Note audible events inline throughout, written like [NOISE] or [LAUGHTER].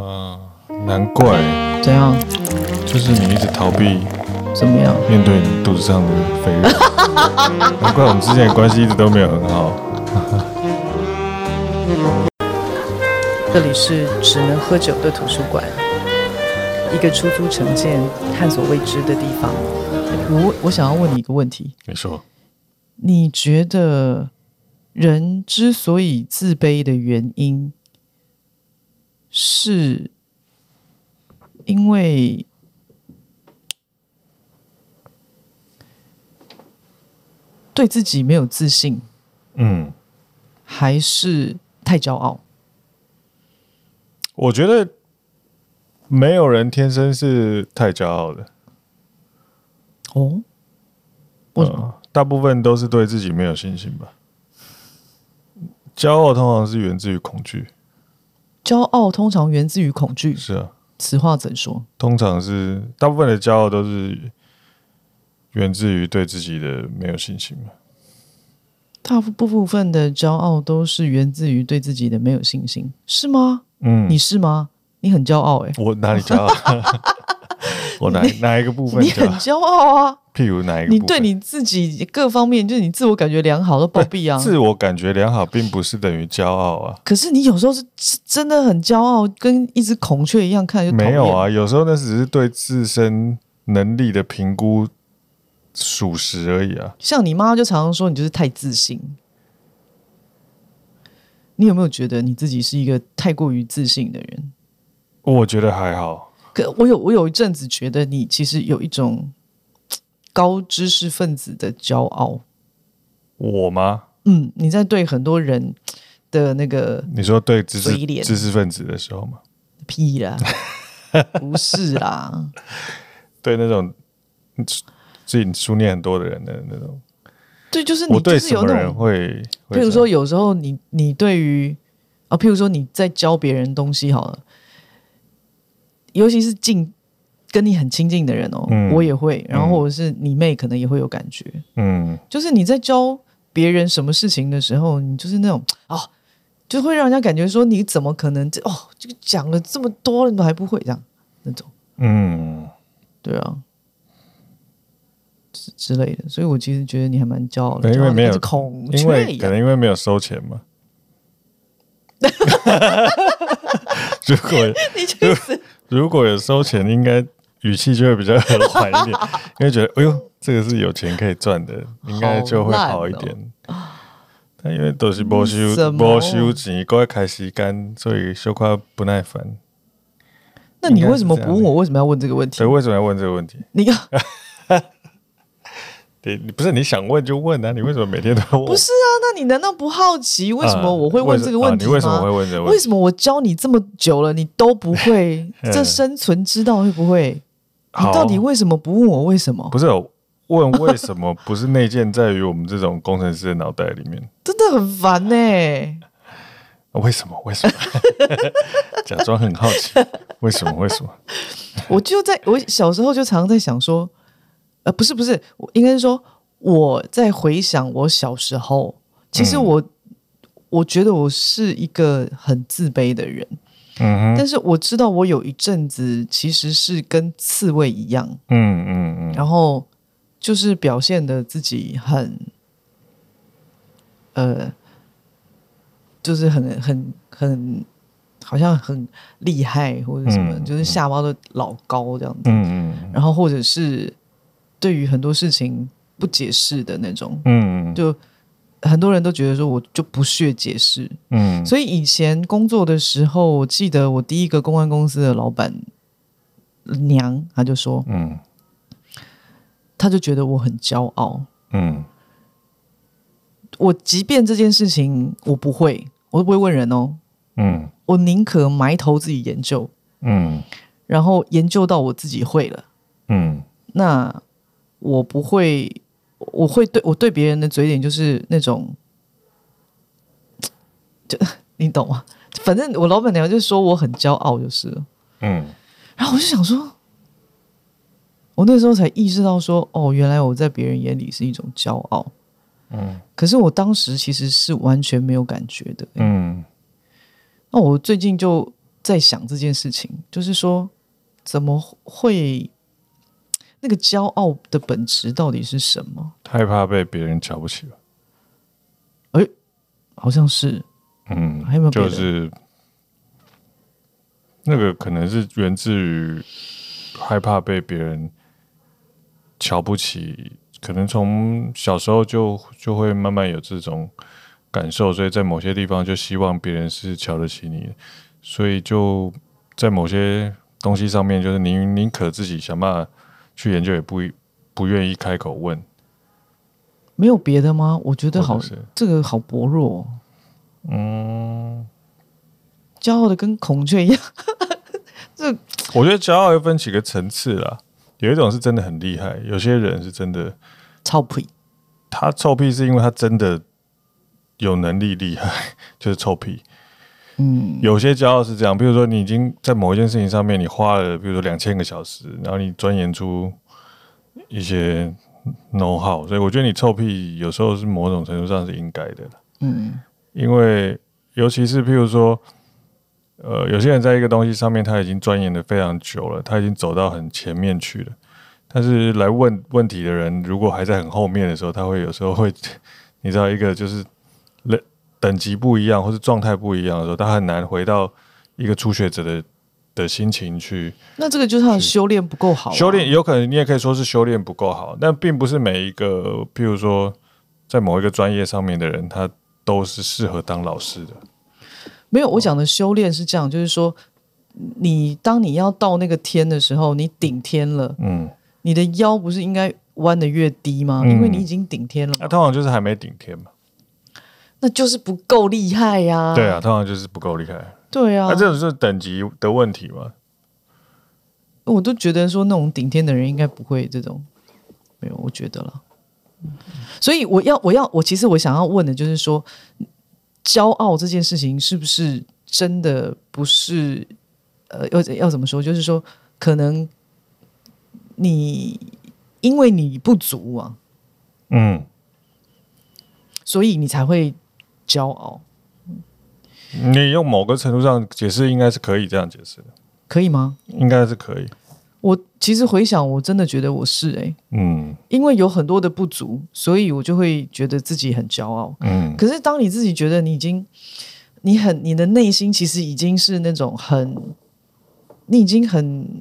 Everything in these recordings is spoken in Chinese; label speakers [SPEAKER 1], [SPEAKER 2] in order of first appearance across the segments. [SPEAKER 1] 啊，难怪，
[SPEAKER 2] 怎样？
[SPEAKER 1] 就是你一直逃避
[SPEAKER 2] 怎么样？
[SPEAKER 1] 面对你肚子上的肥
[SPEAKER 2] [LAUGHS]
[SPEAKER 1] 肉，难怪我们之间的关系一直都没有很好。
[SPEAKER 2] 这里是只能喝酒的图书馆，一个出租城建探索未知的地方。我我想要问你一个问题：
[SPEAKER 1] 你说，
[SPEAKER 2] 你觉得人之所以自卑的原因，是因为对自己没有自信，
[SPEAKER 1] 嗯，
[SPEAKER 2] 还是太骄傲？
[SPEAKER 1] 我觉得没有人天生是太骄傲的，
[SPEAKER 2] 哦，为什么？
[SPEAKER 1] 呃大部分都是对自己没有信心吧。骄傲通常是源自于恐惧，
[SPEAKER 2] 骄傲通常源自于恐惧，
[SPEAKER 1] 是啊，
[SPEAKER 2] 此话怎说？
[SPEAKER 1] 通常是大部分的骄傲都是源自于对自己的没有信心嘛。
[SPEAKER 2] 大部分的骄傲都是源自于对自己的没有信心，是吗？
[SPEAKER 1] 嗯，
[SPEAKER 2] 你是吗？你很骄傲哎、
[SPEAKER 1] 我哪里骄傲？ [LAUGHS] 我哪哪一个部分
[SPEAKER 2] 你
[SPEAKER 1] 骄
[SPEAKER 2] 很
[SPEAKER 1] 傲？
[SPEAKER 2] 骄傲啊！
[SPEAKER 1] 譬如哪一个部
[SPEAKER 2] 你
[SPEAKER 1] 分？
[SPEAKER 2] 对你自己各方面，就是你自我感觉良好都包庇
[SPEAKER 1] [LAUGHS]
[SPEAKER 2] 啊。
[SPEAKER 1] 自我感觉良好，并不是等于骄傲啊。
[SPEAKER 2] 可是你有时候是是真的很骄傲，跟一只孔雀一样，看着就讨厌
[SPEAKER 1] 没有。啊，有时候那只是对自身能力的评估属实而已啊。
[SPEAKER 2] 像你妈就常常说你就是太自信。你有没有觉得你自己是一个太过于自信的人？
[SPEAKER 1] 我觉得还好，
[SPEAKER 2] 可我有我有一阵子觉得你其实有一种嘖高知识分子的骄傲，
[SPEAKER 1] 我吗？
[SPEAKER 2] 嗯，你在对很多人嘖的那个
[SPEAKER 1] 你说对知识
[SPEAKER 2] 嘴脸
[SPEAKER 1] 知识分子的时候吗？
[SPEAKER 2] 屁啦，不是啦，
[SPEAKER 1] 对那种嗯自己书念很多的人的那种，
[SPEAKER 2] 对，就是你
[SPEAKER 1] 我对
[SPEAKER 2] 就是
[SPEAKER 1] 什
[SPEAKER 2] 有
[SPEAKER 1] 么
[SPEAKER 2] 那
[SPEAKER 1] 人
[SPEAKER 2] 种，
[SPEAKER 1] 会？会
[SPEAKER 2] 譬如
[SPEAKER 1] 这样
[SPEAKER 2] 说有时候你你对于啊，譬如说你在教别人东西好了，尤其是近跟你很亲近的人哦，
[SPEAKER 1] 嗯
[SPEAKER 2] 我也会，然后
[SPEAKER 1] 嗯
[SPEAKER 2] 或者是你妹可能也会有感觉，
[SPEAKER 1] 嗯，
[SPEAKER 2] 就是你在教别人什么事情的时候，你就是那种哦，就会让人家感觉说你怎么可能这哦，这个讲了这么多你都还不会这样那种，
[SPEAKER 1] 嗯，
[SPEAKER 2] 对啊，之之类的。所以我其实觉得你还蛮骄傲的，
[SPEAKER 1] 对因为
[SPEAKER 2] 骄傲得
[SPEAKER 1] 没有
[SPEAKER 2] 跟只孔
[SPEAKER 1] 因
[SPEAKER 2] 雀
[SPEAKER 1] 为
[SPEAKER 2] 一
[SPEAKER 1] 可
[SPEAKER 2] 样。
[SPEAKER 1] 能因为没有收钱嘛。如果
[SPEAKER 2] [LAUGHS] 你就是
[SPEAKER 1] 如果有收钱，应该语气就会比较和缓一点，因为觉得哎呦，这个是有钱可以赚的，应该就会好一点。 [SIGHS] 但因为都是没收
[SPEAKER 2] 哦什么
[SPEAKER 1] 没收钱，各位开时间，所以羞快不耐烦。
[SPEAKER 2] 那你
[SPEAKER 1] 应该是
[SPEAKER 2] 为什么不问
[SPEAKER 1] 这
[SPEAKER 2] 我？为什么要问这个问题啊
[SPEAKER 1] 所以？为什么要问这个问题？
[SPEAKER 2] 你
[SPEAKER 1] 你你不是你想问就问啊，你为什么每天都要问我？
[SPEAKER 2] 不是啊？那你难道不好奇为什么我会问这个问题
[SPEAKER 1] 啊
[SPEAKER 2] 吗？
[SPEAKER 1] 你为什么会问这个问
[SPEAKER 2] 为
[SPEAKER 1] 题？？
[SPEAKER 2] 什么我教你这么久了，你都不会
[SPEAKER 1] 嗯
[SPEAKER 2] 这生存之道会不会？你
[SPEAKER 1] 好
[SPEAKER 2] 到底为什么不问我为什么？
[SPEAKER 1] 不是有问为什么？不是内建在于我们这种工程师的脑袋里面。
[SPEAKER 2] 真的很烦欸呢、
[SPEAKER 1] 啊为什么？为什么？假装很好奇，为什么？为什么？
[SPEAKER 2] 我就在我小时候就常常在想说，呃，不是不是，我应该是说我在回想我小时候，其实
[SPEAKER 1] 嗯
[SPEAKER 2] 我、我觉得我是一个很自卑的人，
[SPEAKER 1] 嗯哼，
[SPEAKER 2] 但是我知道我有一阵子其实是跟刺猬一样，
[SPEAKER 1] 嗯嗯嗯。
[SPEAKER 2] 然后就是表现的自己很，呃，就是很很很，好像很厉害或者什么，
[SPEAKER 1] 嗯
[SPEAKER 2] 就是下巴都老高这样子，
[SPEAKER 1] 嗯
[SPEAKER 2] 然后或者是对于很多事情不解释的那种，
[SPEAKER 1] 嗯嗯
[SPEAKER 2] 就很多人都觉得说我就不屑解释，
[SPEAKER 1] 嗯，
[SPEAKER 2] 所以以前工作的时候，我记得我第一个公关公司的老板娘，她就说，
[SPEAKER 1] 嗯
[SPEAKER 2] 她就觉得我很骄傲。
[SPEAKER 1] 嗯
[SPEAKER 2] 我即便这件事情我不会，我都不会问人哦，
[SPEAKER 1] 嗯
[SPEAKER 2] 我宁可埋头自己研究，
[SPEAKER 1] 嗯
[SPEAKER 2] 然后研究到我自己会了，
[SPEAKER 1] 嗯
[SPEAKER 2] 那我不会，我会对我对别人的嘴脸就是那种，就你懂吗？反正我老板娘就说我很骄傲就是了，
[SPEAKER 1] 嗯
[SPEAKER 2] 然后我就想说。我那时候才意识到说，哦，原来我在别人眼里是一种骄傲，
[SPEAKER 1] 嗯
[SPEAKER 2] 可是我当时其实是完全没有感觉的。
[SPEAKER 1] 嗯
[SPEAKER 2] 那我最近就在想这件事情，就是说怎么会那个骄傲的本质到底是什么？
[SPEAKER 1] 害怕被别人瞧不起吧？
[SPEAKER 2] 哎、好像是
[SPEAKER 1] 嗯，
[SPEAKER 2] 还有没有别
[SPEAKER 1] 就
[SPEAKER 2] 的
[SPEAKER 1] 是那个可能是源自于害怕被别人瞧不起，可能从小时候就就会慢慢有这种感受，所以在某些地方就希望别人是瞧得起你，所以就在某些东西上面，就是宁宁可自己想办法去研究，也不不愿意开口问。
[SPEAKER 2] 没有别的吗？我觉得好
[SPEAKER 1] 或者是，
[SPEAKER 2] 这个好薄弱、哦。
[SPEAKER 1] 嗯，
[SPEAKER 2] 骄傲的跟孔雀一样， [LAUGHS]
[SPEAKER 1] 我觉得骄傲要分几个层次啦，有一种是真的很厉害，有些人是真的，
[SPEAKER 2] 超皮
[SPEAKER 1] 他臭屁是因为他真的有能力厉害，就是臭屁。
[SPEAKER 2] 嗯，
[SPEAKER 1] 有些骄傲是这样，比如说你已经在某一件事情上面，你花了比如说两千个小时，然后你钻研出一些 know how，所以我觉得你臭屁有时候是某种程度上是应该的啦
[SPEAKER 2] 嗯
[SPEAKER 1] 因为尤其是譬如说，呃，有些人在一个东西上面他已经钻研的非常久了，他已经走到很前面去了，但是来问问题的人如果还在很后面的时候，他会有时候会，你知道一个就是等等级不一样或是状态不一样的时候，他很难回到一个初学者的的心情去。
[SPEAKER 2] 那这个就是他的修炼不够好、啊，
[SPEAKER 1] 修炼有可能你也可以说是修炼不够好，但并不是每一个，譬如说在某一个专业上面的人，他都是适合当老师的。
[SPEAKER 2] 没
[SPEAKER 1] 哦
[SPEAKER 2] 有。我讲的修炼是这样，就是说，你当你要到那个天的时候，你顶天了，
[SPEAKER 1] 嗯，
[SPEAKER 2] 你的腰不是应该弯的越低吗？
[SPEAKER 1] 嗯
[SPEAKER 2] 因为你已经顶天了
[SPEAKER 1] 那、
[SPEAKER 2] 嘛，
[SPEAKER 1] 通常就是还没顶天嘛。
[SPEAKER 2] 那就是不够厉害呀、
[SPEAKER 1] 对啊，通常就是不够厉害。
[SPEAKER 2] 对啊，
[SPEAKER 1] 那、这种是等级的问题嘛？
[SPEAKER 2] 我都觉得说那种顶天的人应该不会这种，没有，我觉得了。所以我要，我要，我其实我想要问的就是说，骄傲这件事情是不是真的不是？呃，要要怎么说？就是说，可能你因为你不足啊，
[SPEAKER 1] 嗯，
[SPEAKER 2] 所以你才会骄傲，
[SPEAKER 1] 你用某个程度上解释，应该是可以这样解释的，
[SPEAKER 2] 可以吗？
[SPEAKER 1] 应该是可以。
[SPEAKER 2] 我其实回想，我真的觉得我是诶、欸
[SPEAKER 1] 嗯
[SPEAKER 2] 因为有很多的不足，所以我就会觉得自己很骄傲。
[SPEAKER 1] 嗯
[SPEAKER 2] 可是当你自己觉得你已经，你很你的内心其实已经是那种很，你已经很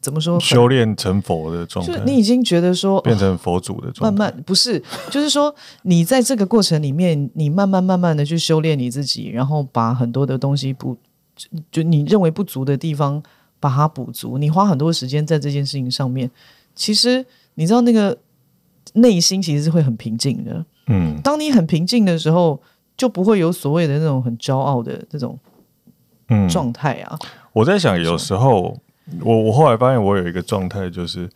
[SPEAKER 2] 怎么说？很
[SPEAKER 1] 修炼成佛的状
[SPEAKER 2] 就
[SPEAKER 1] 态
[SPEAKER 2] 是，你已经觉得说，
[SPEAKER 1] 变成佛祖的
[SPEAKER 2] 慢
[SPEAKER 1] 状态。
[SPEAKER 2] 慢不是，就是说你在这个过程里面，你慢慢慢慢的去修炼你自己，然后把很多的东西补，就你认为不足的地方把它补足。你花很多时间在这件事情上面，其实你知道那个内心其实是会很平静的。
[SPEAKER 1] 嗯
[SPEAKER 2] 当你很平静的时候，就不会有所谓的那种很骄傲的这种
[SPEAKER 1] 嗯，
[SPEAKER 2] 状态啊。
[SPEAKER 1] 我在想，有时候我我后来发现，我有一个状态，就是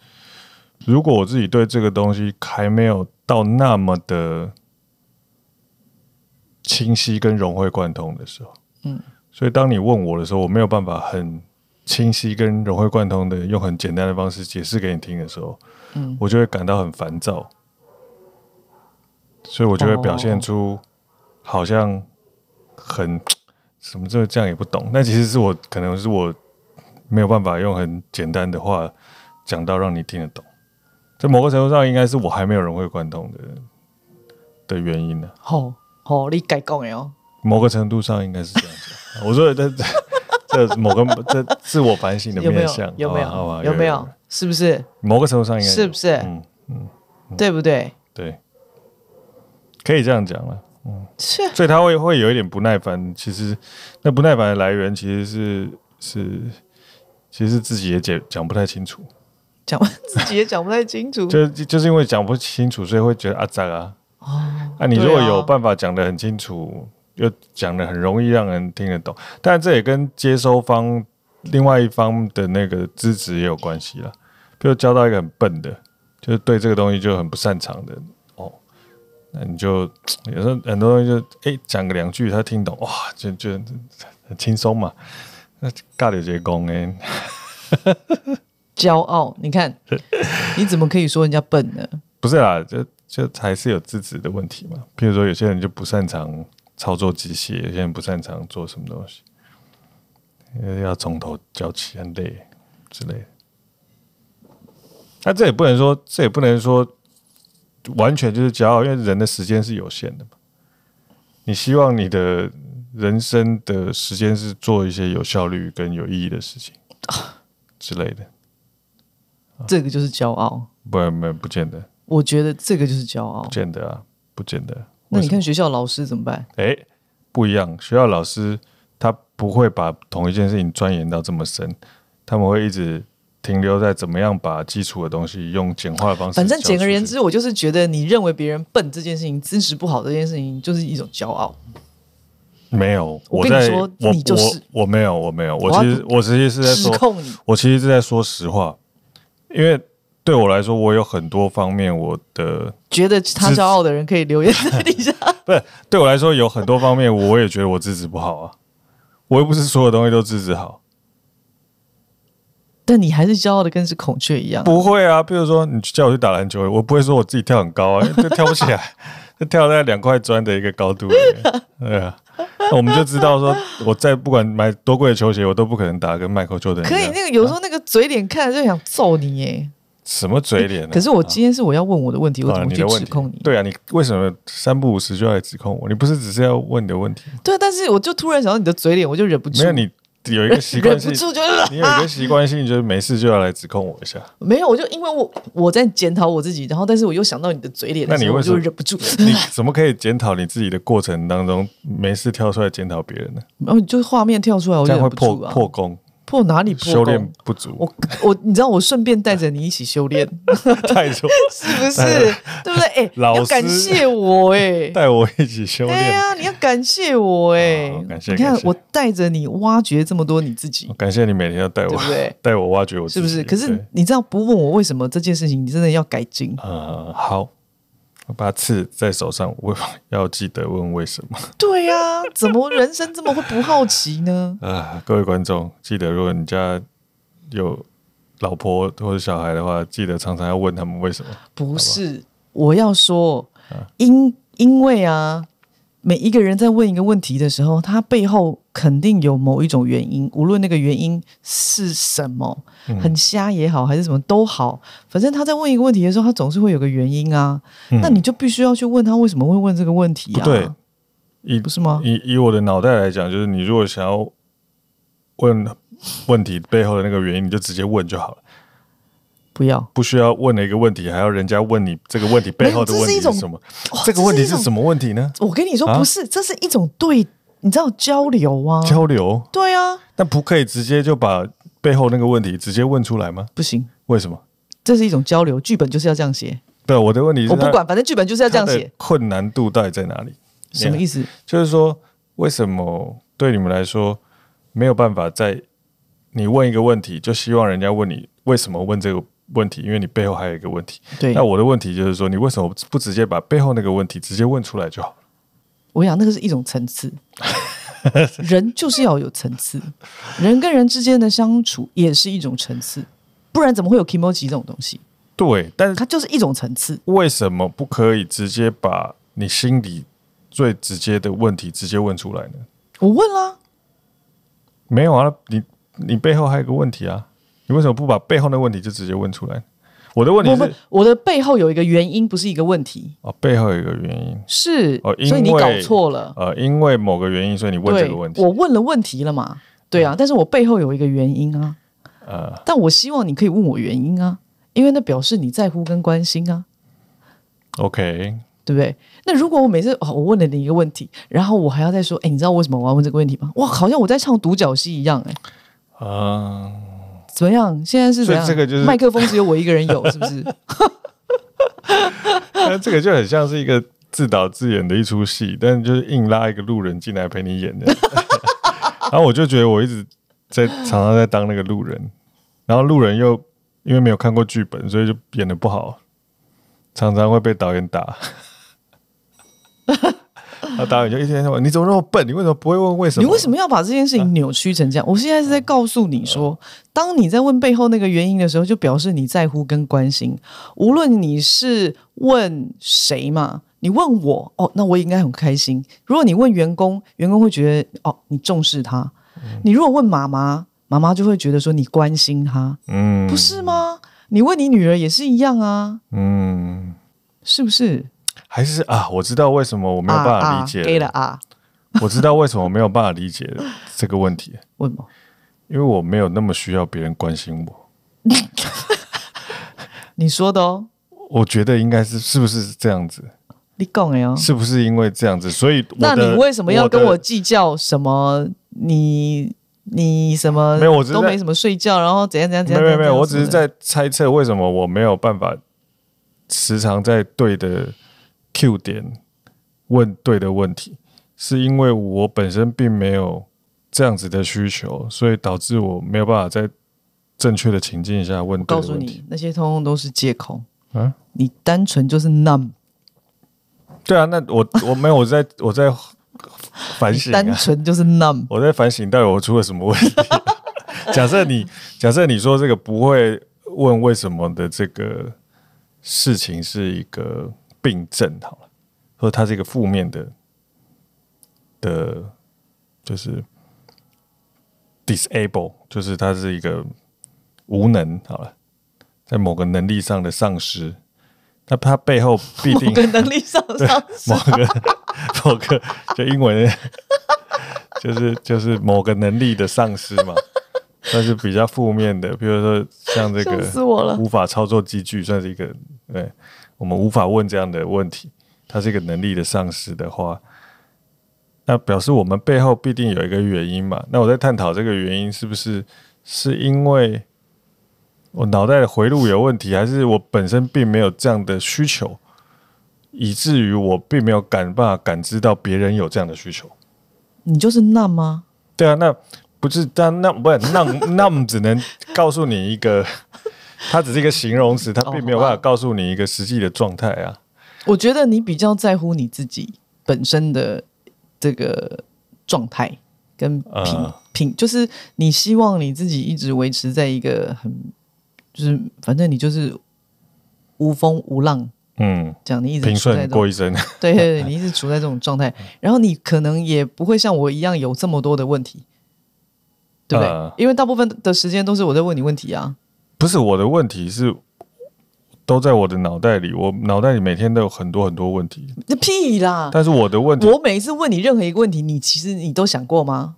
[SPEAKER 1] 如果我自己对这个东西还没有到那么的清晰跟融会贯通的时候，
[SPEAKER 2] 嗯，
[SPEAKER 1] 所以当你问我的时候，我没有办法很清晰跟融会贯通的用很简单的方式解释给你听的时候，
[SPEAKER 2] 嗯
[SPEAKER 1] 我就会感到很烦躁，所以我就会
[SPEAKER 2] 哦
[SPEAKER 1] 表现出好像很什么这这样也不懂，那其实是我可能是我没有办法用很简单的话讲到让你听得懂，在某个程度上应该是我还没有融会贯通的的原因呢、
[SPEAKER 2] 好、好、你改讲的哦。
[SPEAKER 1] 某个程度上应该是这样子。我说的这这某个这自我反省的
[SPEAKER 2] 有没
[SPEAKER 1] 面
[SPEAKER 2] 有
[SPEAKER 1] 向，？哦
[SPEAKER 2] 有没
[SPEAKER 1] 好啊吧好吧
[SPEAKER 2] 有？有没有？是不是？
[SPEAKER 1] 某个程度上应该有
[SPEAKER 2] 是不是
[SPEAKER 1] 嗯，
[SPEAKER 2] 对不对？
[SPEAKER 1] 对，可以这样讲了。
[SPEAKER 2] 切，
[SPEAKER 1] 所以他会会有一点不耐烦。其实那不耐烦的来源其实是是，其实自己也解讲不太清楚，
[SPEAKER 2] 讲 [LAUGHS] 自己也讲不太清楚。
[SPEAKER 1] 就就是因为讲不清楚，所以会觉得啊咋啊。
[SPEAKER 2] 哦，
[SPEAKER 1] 啊，你如果
[SPEAKER 2] 对啊
[SPEAKER 1] 有办法讲得很清楚，又讲得很容易让人听得懂，但这也跟接收方另外一方的那个资质也有关系啦。比如教到一个很笨的，就是对这个东西就很不擅长的哦，那你就有时候很多东西就诶讲个两句他听懂哇，就就很轻松嘛。那尬有结功诶，
[SPEAKER 2] 骄傲，你看，你怎么可以说人家笨呢？
[SPEAKER 1] 不是啦，就就还是有资质的问题嘛。譬如说有些人就不擅长操作机械，有些人不擅长做什么东西。呃要从头教起，很累之类的。啊那这也不能说，这也不能说完全就是骄傲，因为人的时间是有限的嘛。你希望你的人生的时间是做一些有效率跟有意义的事情之类的，
[SPEAKER 2] 这个就是骄傲。
[SPEAKER 1] 不然没不见得，
[SPEAKER 2] 我觉得这个就是骄傲
[SPEAKER 1] 不。见得啊，不见得。
[SPEAKER 2] 那你
[SPEAKER 1] 为什么
[SPEAKER 2] 看学校老师怎么办？
[SPEAKER 1] 哎，不一样。学校老师他不会把同一件事情钻研到这么深，他们会一直停留在怎么样把基础的东西用简化的方式。
[SPEAKER 2] 反正简而言，之，我就是觉得你认为别人笨这件事情、资质不好这件事情，就是一种骄傲。
[SPEAKER 1] 没有。
[SPEAKER 2] 我跟你
[SPEAKER 1] 在
[SPEAKER 2] 说
[SPEAKER 1] 我
[SPEAKER 2] 你就是
[SPEAKER 1] 我我没有我没有，我
[SPEAKER 2] 我要
[SPEAKER 1] 其实我其实是在
[SPEAKER 2] 失
[SPEAKER 1] 说，
[SPEAKER 2] 控你，
[SPEAKER 1] 我其实是在说实话，因为对我来说，我有很多方面我的
[SPEAKER 2] 觉得他骄傲的人可以留言在底
[SPEAKER 1] [LAUGHS]
[SPEAKER 2] 下。
[SPEAKER 1] 不是对我来说有很多方面，我也觉得我资质不好啊，我又不是所有东西都资质好。
[SPEAKER 2] 但你还是骄傲的跟只孔雀一样。
[SPEAKER 1] 不会啊，比如说你叫我去打篮球，我不会说我自己跳很高啊，因为这跳不起来， [LAUGHS] 这跳在两块砖的一个高度里面，对啊。那我们就知道说，我再不管买多贵的球鞋，我都不可能打得跟迈克尔乔丹一
[SPEAKER 2] 可以，
[SPEAKER 1] 样。
[SPEAKER 2] 那个有时候那个嘴脸看着就想揍你耶。
[SPEAKER 1] 什么嘴脸、啊？
[SPEAKER 2] 可是我今天是我要问我的问题，我
[SPEAKER 1] 啊
[SPEAKER 2] 怎么
[SPEAKER 1] 你
[SPEAKER 2] 去
[SPEAKER 1] 的问
[SPEAKER 2] 指
[SPEAKER 1] 题
[SPEAKER 2] 控你？
[SPEAKER 1] 对啊，你为什么三不五时就要来指控我？你不是只是要问你的问题吗？
[SPEAKER 2] 对，啊但是我就突然想到你的嘴脸，我就忍不住，
[SPEAKER 1] 没有，你有一个习惯
[SPEAKER 2] 忍不
[SPEAKER 1] 性，
[SPEAKER 2] 住就是 [LAUGHS]
[SPEAKER 1] 你有一个习惯性就是没事就要来指控我一下。
[SPEAKER 2] 没有，我就因为我我在检讨我自己，然后但是我又想到你的嘴脸的
[SPEAKER 1] 那你
[SPEAKER 2] 时候，我
[SPEAKER 1] 为什
[SPEAKER 2] 就
[SPEAKER 1] 么
[SPEAKER 2] 忍不住，
[SPEAKER 1] 你怎么可以检讨你自己的过程当中没事跳出来检讨别人呢？
[SPEAKER 2] [LAUGHS] 然后就画面跳出来，我
[SPEAKER 1] 这
[SPEAKER 2] 就
[SPEAKER 1] 样
[SPEAKER 2] 忍
[SPEAKER 1] 会
[SPEAKER 2] 不
[SPEAKER 1] 破
[SPEAKER 2] 住啊，
[SPEAKER 1] 破功。
[SPEAKER 2] 破哪里
[SPEAKER 1] 修
[SPEAKER 2] 破
[SPEAKER 1] 炼
[SPEAKER 2] 功？
[SPEAKER 1] 不足，
[SPEAKER 2] 我我你知道，我顺便带着你一起修
[SPEAKER 1] [LAUGHS]
[SPEAKER 2] 炼，
[SPEAKER 1] 带着
[SPEAKER 2] 是不是？ [LAUGHS] 对不对？哎、
[SPEAKER 1] 老师
[SPEAKER 2] 要感谢我哎、
[SPEAKER 1] [LAUGHS] 带我一起修
[SPEAKER 2] 对啊
[SPEAKER 1] 炼。
[SPEAKER 2] 呀、你要感谢我哎、
[SPEAKER 1] 好哦感谢
[SPEAKER 2] 你看
[SPEAKER 1] 感谢
[SPEAKER 2] 我带着你挖掘这么多你自己，
[SPEAKER 1] 感谢你每天要带我
[SPEAKER 2] 对
[SPEAKER 1] [LAUGHS]
[SPEAKER 2] 不对，
[SPEAKER 1] 带我挖掘我自
[SPEAKER 2] 是不
[SPEAKER 1] 己，
[SPEAKER 2] 是？可
[SPEAKER 1] 对
[SPEAKER 2] 是你这样不问我为什么这件事情，你真的要改进。
[SPEAKER 1] 呃，好，我把刺在手上，我要记得问为什么。 [LAUGHS]
[SPEAKER 2] 对呀、怎么人生这么会不好奇
[SPEAKER 1] [LAUGHS]
[SPEAKER 2] 呢？
[SPEAKER 1] 啊，各位观众，记得如果你家有老婆或者小孩的话，记得常常要问他们为什么。
[SPEAKER 2] 不是，我要说，
[SPEAKER 1] 嗯
[SPEAKER 2] 因因为啊，每一个人在问一个问题的时候，他背后肯定有某一种原因，无论那个原因是什么，
[SPEAKER 1] 嗯
[SPEAKER 2] 很瞎也好，还是什么都好，反正他在问一个问题的时候，他总是会有个原因啊。
[SPEAKER 1] 嗯
[SPEAKER 2] 那你就必须要去问他为什么会问这个问题
[SPEAKER 1] 不
[SPEAKER 2] 啊？
[SPEAKER 1] 对，以
[SPEAKER 2] 不是吗？
[SPEAKER 1] 以以我的脑袋来讲，就是你如果想要问问题背后的那个原因，你就直接问就好了。
[SPEAKER 2] 不要，
[SPEAKER 1] 不需要问了一个问题，还要人家问你这个问题背后的问
[SPEAKER 2] 没
[SPEAKER 1] 题
[SPEAKER 2] 有这是一种
[SPEAKER 1] 是什么？
[SPEAKER 2] 哇
[SPEAKER 1] 这个问题
[SPEAKER 2] 一
[SPEAKER 1] 是
[SPEAKER 2] 种
[SPEAKER 1] 什么问题呢？
[SPEAKER 2] 我跟你说，
[SPEAKER 1] 啊
[SPEAKER 2] 不是，这是一种对，你知道交流啊，
[SPEAKER 1] 交流，
[SPEAKER 2] 对啊，
[SPEAKER 1] 但不可以直接就把背后那个问题直接问出来吗？
[SPEAKER 2] 不行，
[SPEAKER 1] 为什么？
[SPEAKER 2] 这是一种交流，剧本就是要这样写，
[SPEAKER 1] 对，我的问题是
[SPEAKER 2] 我不
[SPEAKER 1] 它
[SPEAKER 2] 管，反正剧本就是要这样
[SPEAKER 1] 它
[SPEAKER 2] 写
[SPEAKER 1] 的，困难度到底在哪里？
[SPEAKER 2] 什么意
[SPEAKER 1] 思？
[SPEAKER 2] 思？
[SPEAKER 1] 就是说，为什么对你们来说没有办法在你问一个问题，就希望人家问你为什么问这个问题？因为你背后还有一个问题。
[SPEAKER 2] 对
[SPEAKER 1] 那，我的问题就是说，你为什么不直接把背后那个问题直接问出来就好了？
[SPEAKER 2] 我想那个是一种
[SPEAKER 1] [LAUGHS]
[SPEAKER 2] 层次，人就是要有层次，人跟人之间的相处也是一种层次，不然怎么会有 k i m o j i 这种东西？
[SPEAKER 1] 对，但是
[SPEAKER 2] 它就是一种层次，
[SPEAKER 1] 为什么不可以直接把你心里最直接的问题直接问出来呢？
[SPEAKER 2] 我问啦，
[SPEAKER 1] 没有啊，你你背后还有一个问题啊，你为什么不把背后的问题就直接问出来？我的问
[SPEAKER 2] 我
[SPEAKER 1] 题
[SPEAKER 2] 们
[SPEAKER 1] 是
[SPEAKER 2] 我的背后有一个原因，不是一个问题，
[SPEAKER 1] 哦，背后有一个原因，
[SPEAKER 2] 是，
[SPEAKER 1] 哦因为
[SPEAKER 2] 所以你搞错了。
[SPEAKER 1] 呃，因为某个原因，所以你问这
[SPEAKER 2] 对，
[SPEAKER 1] 个问题，嗯
[SPEAKER 2] 我问了问题了嘛？对啊，但是我背后有一个原因啊，
[SPEAKER 1] 呃，
[SPEAKER 2] 但我希望你可以问我原因啊，因为那表示你在乎跟关心啊，
[SPEAKER 1] ，OK，
[SPEAKER 2] 对不对？那如果我每次哦，我问了你一个问题，然后我还要再说，哎，你知道为什么我要问这个问题吗？哇，好像我在唱独角戏一样、哎，
[SPEAKER 1] 啊、
[SPEAKER 2] 怎么样？现在是怎样？
[SPEAKER 1] 所以这个就是
[SPEAKER 2] 麦克风只有我一个人有，是不是？
[SPEAKER 1] [LAUGHS] 那这个就很像是一个自导自演的一出戏，但就是硬拉一个路人进来陪你演的。 [LAUGHS] 然后我就觉得我一直在常常在当那个路人，然后路人又因为没有看过剧本，所以就演的不好，常常会被导演打。那导演就一天到晚你怎么那么笨？你为什么不会问为什
[SPEAKER 2] 你
[SPEAKER 1] 么？啊嗯
[SPEAKER 2] 为什么要把这件事情扭曲成这样？我现在是在告诉你说，当你在问背后那个原因的时候，就表示你在乎跟关心。无论你是问谁嘛，你问我哦，那我应该很开心。如果你问员工，员工会觉得哦，你重视他。
[SPEAKER 1] 嗯
[SPEAKER 2] 你如果问妈妈，妈妈就会觉得说你关心她，
[SPEAKER 1] 嗯，
[SPEAKER 2] 不，是吗？你问你女儿也是一样啊，
[SPEAKER 1] 嗯，
[SPEAKER 2] 是不是？
[SPEAKER 1] 还是啊，我知道为什么我没有办法理解
[SPEAKER 2] 啊啊、给
[SPEAKER 1] 了，
[SPEAKER 2] 了啊，
[SPEAKER 1] 我知道为什么我没有办法理解这个问题，
[SPEAKER 2] 为什么？
[SPEAKER 1] 因为我没有那么需要别人关心我。
[SPEAKER 2] 你说的哦，
[SPEAKER 1] 我觉得应该是是不是这样子？
[SPEAKER 2] 你讲的哦。
[SPEAKER 1] 是不是因为这样子？所以我
[SPEAKER 2] 那
[SPEAKER 1] 的
[SPEAKER 2] 你为什么要跟
[SPEAKER 1] 的
[SPEAKER 2] 我计较什么？你你什么
[SPEAKER 1] 没有我只是
[SPEAKER 2] 都
[SPEAKER 1] 在
[SPEAKER 2] 没什么睡觉，然后怎样怎样怎
[SPEAKER 1] 没有
[SPEAKER 2] 样？
[SPEAKER 1] 没有没
[SPEAKER 2] 怎
[SPEAKER 1] 有，
[SPEAKER 2] 样
[SPEAKER 1] 我只是
[SPEAKER 2] 怎样
[SPEAKER 1] 在猜测为什么我没有办法时常在对的 Q 点问对的问题，是因为我本身并没有这样子的需求，所以导致我没有办法在正确的情境下问
[SPEAKER 2] 我
[SPEAKER 1] 对
[SPEAKER 2] 告
[SPEAKER 1] 的
[SPEAKER 2] 诉
[SPEAKER 1] 问题。
[SPEAKER 2] 你，那些通通都是借口。
[SPEAKER 1] 啊，
[SPEAKER 2] 你单纯就是 numb，
[SPEAKER 1] 对啊，那我我没有我在我在反
[SPEAKER 2] 你
[SPEAKER 1] 省
[SPEAKER 2] 单
[SPEAKER 1] 啊，
[SPEAKER 2] 纯就是 numb。
[SPEAKER 1] 我在反省到底我出了什么问题。 [LAUGHS] 假设你假设你说这个不会问为什么的这个事情是一个病症，好了，或者它是一个负面的的，就是 disable，就是它是一个无能，好了，在某个能力上的丧失，那它背后必定啊
[SPEAKER 2] 某个能力上上
[SPEAKER 1] 某个 [LAUGHS] 某个就英文的就是就是某个能力的丧失嘛，但是比较负面的，比如说像这
[SPEAKER 2] 笑死我了
[SPEAKER 1] 个无法操作机具，算是一个对，我们无法问这样的问题，它是一个能力的丧失的话。那表示我们背后必定有一个原因嘛？那我在探讨这个原因是不是是因为我脑袋的回路有问题，还是我本身并没有这样的需求？以至于我并没有感办法感知到别人有这样的需求。
[SPEAKER 2] 你就是 numb 吗？
[SPEAKER 1] 对啊，那不是但那不是那那只能告诉你一
[SPEAKER 2] [LAUGHS]
[SPEAKER 1] 个，它只是一个形容词，它
[SPEAKER 2] 哦
[SPEAKER 1] 并没有办
[SPEAKER 2] 好
[SPEAKER 1] 法
[SPEAKER 2] 吧
[SPEAKER 1] 告诉你一个实际的状态啊。
[SPEAKER 2] 我觉得你比较在乎你自己本身的这个状态跟品、
[SPEAKER 1] 呃
[SPEAKER 2] 品，就是你希望你自己一直维持在一个很，就是反正你就是无风无浪，
[SPEAKER 1] 嗯，
[SPEAKER 2] 这样你一直
[SPEAKER 1] 平
[SPEAKER 2] 处在
[SPEAKER 1] 顺
[SPEAKER 2] 这种
[SPEAKER 1] 过一嗯生。 [LAUGHS]
[SPEAKER 2] 对对对，你一直处在这种状态，然后你可能也不会像我一样有这么多的问题，对不对？
[SPEAKER 1] 呃
[SPEAKER 2] 因为大部分的时间都是我在问你问题啊，
[SPEAKER 1] 不是我的问题是。都在我的脑袋里，我脑袋里每天都有很多很多问题，
[SPEAKER 2] 这屁啦！
[SPEAKER 1] 但是我的问题
[SPEAKER 2] 我每一次问你任何一个问题，你其实你都想过吗？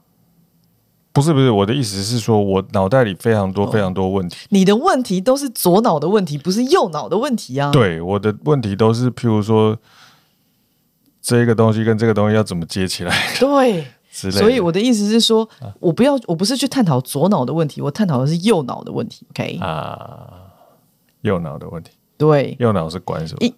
[SPEAKER 1] 不是不是我的意思是说，我脑袋里非常多
[SPEAKER 2] 哦
[SPEAKER 1] 非常多问题，
[SPEAKER 2] 你的问题都是左脑的问题，不是右脑的问题啊。，
[SPEAKER 1] 对，我的问题都是，譬如说，这个东西跟这个东西要怎么接起来
[SPEAKER 2] [LAUGHS] 对
[SPEAKER 1] 之类的。
[SPEAKER 2] 所以我的意思是说，
[SPEAKER 1] 啊
[SPEAKER 2] 我不要，我不是去探讨左脑的问题，我探讨的是右脑的问题。OK，、
[SPEAKER 1] 啊，右脑的问题，
[SPEAKER 2] 对，
[SPEAKER 1] 右脑是管什么
[SPEAKER 2] 一？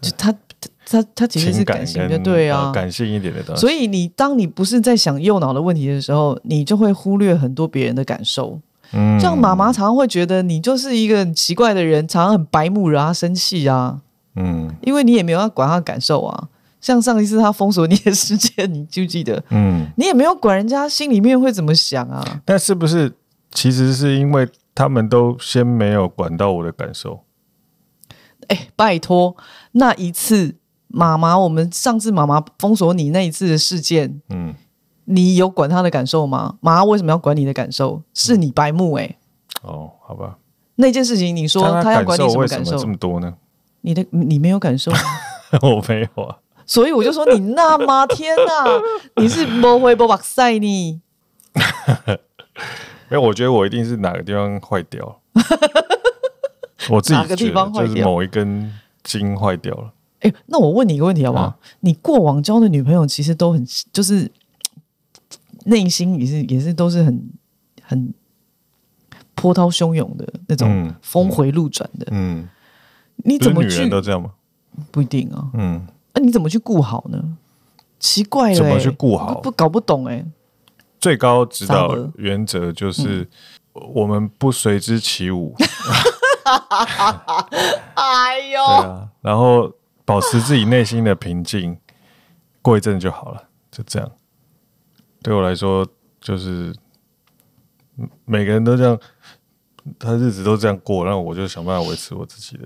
[SPEAKER 2] 就他他他哦他其实是
[SPEAKER 1] 情
[SPEAKER 2] 感
[SPEAKER 1] 感
[SPEAKER 2] 性
[SPEAKER 1] 跟
[SPEAKER 2] 的，对啊
[SPEAKER 1] 呃。感性一点的东西。
[SPEAKER 2] 所以你当你不是在想右脑的问题的时候，你就会忽略很多别人的感受。
[SPEAKER 1] 嗯
[SPEAKER 2] 像妈妈常常会觉得你就是一个很奇怪的人，常常很白目惹她生气啊。
[SPEAKER 1] 嗯
[SPEAKER 2] 因为你也没有要管他的感受啊。像上一次他封锁你的事件，你记不记得？
[SPEAKER 1] 嗯，
[SPEAKER 2] 你也没有管人家心里面会怎么想啊。
[SPEAKER 1] 但是不是其实是因为他们都先没有管到我的感受？
[SPEAKER 2] 哎，拜托，那一次妈妈，我们上次妈妈封锁你那一次的事件，
[SPEAKER 1] 嗯，
[SPEAKER 2] 你有管她的感受吗？妈妈为什么要管你的感受？是你白目哎、
[SPEAKER 1] 哦，好吧。
[SPEAKER 2] 那件事情，你说
[SPEAKER 1] 但
[SPEAKER 2] 她
[SPEAKER 1] 感
[SPEAKER 2] 要管你
[SPEAKER 1] 受
[SPEAKER 2] 什
[SPEAKER 1] 为
[SPEAKER 2] 么
[SPEAKER 1] 什么
[SPEAKER 2] 感受
[SPEAKER 1] 这？么多呢？ [LAUGHS]
[SPEAKER 2] 你的你没有感受，啊
[SPEAKER 1] 我没有啊。
[SPEAKER 2] 所以我就说你那妈天哪，你是不会不把塞你。
[SPEAKER 1] 没有，我觉得我一定是哪个地方坏掉
[SPEAKER 2] [LAUGHS]
[SPEAKER 1] 了。我自己
[SPEAKER 2] 哪个地
[SPEAKER 1] 觉得
[SPEAKER 2] 方坏
[SPEAKER 1] 就是
[SPEAKER 2] 掉
[SPEAKER 1] 某一根筋坏掉了。
[SPEAKER 2] 哎、那我问你一个问题好不好？
[SPEAKER 1] 啊
[SPEAKER 2] 你过往交的女朋友其实都很，就是内心也是也是都是很很波涛汹涌的那种
[SPEAKER 1] 嗯
[SPEAKER 2] 峰回路转的，
[SPEAKER 1] 嗯，
[SPEAKER 2] 你
[SPEAKER 1] 不
[SPEAKER 2] 怎
[SPEAKER 1] 是
[SPEAKER 2] 么
[SPEAKER 1] 女
[SPEAKER 2] 去
[SPEAKER 1] 人都这样吗？
[SPEAKER 2] 不一定啊？
[SPEAKER 1] 嗯，
[SPEAKER 2] 那、你怎么去顾好呢？奇怪了、
[SPEAKER 1] 怎么去
[SPEAKER 2] 欸
[SPEAKER 1] 顾好
[SPEAKER 2] 不？不搞不懂哎、
[SPEAKER 1] 最高指
[SPEAKER 2] 撒
[SPEAKER 1] 导
[SPEAKER 2] 呵
[SPEAKER 1] 原则
[SPEAKER 2] 嗯
[SPEAKER 1] 就是我们不随之起舞，
[SPEAKER 2] 哎呦，
[SPEAKER 1] 对啊，然后保持自己内心的平静，过一阵就好了，就这样。对我来说，就是嗯每个人都这样，他日子都这样过，那我就想办法维持我自己的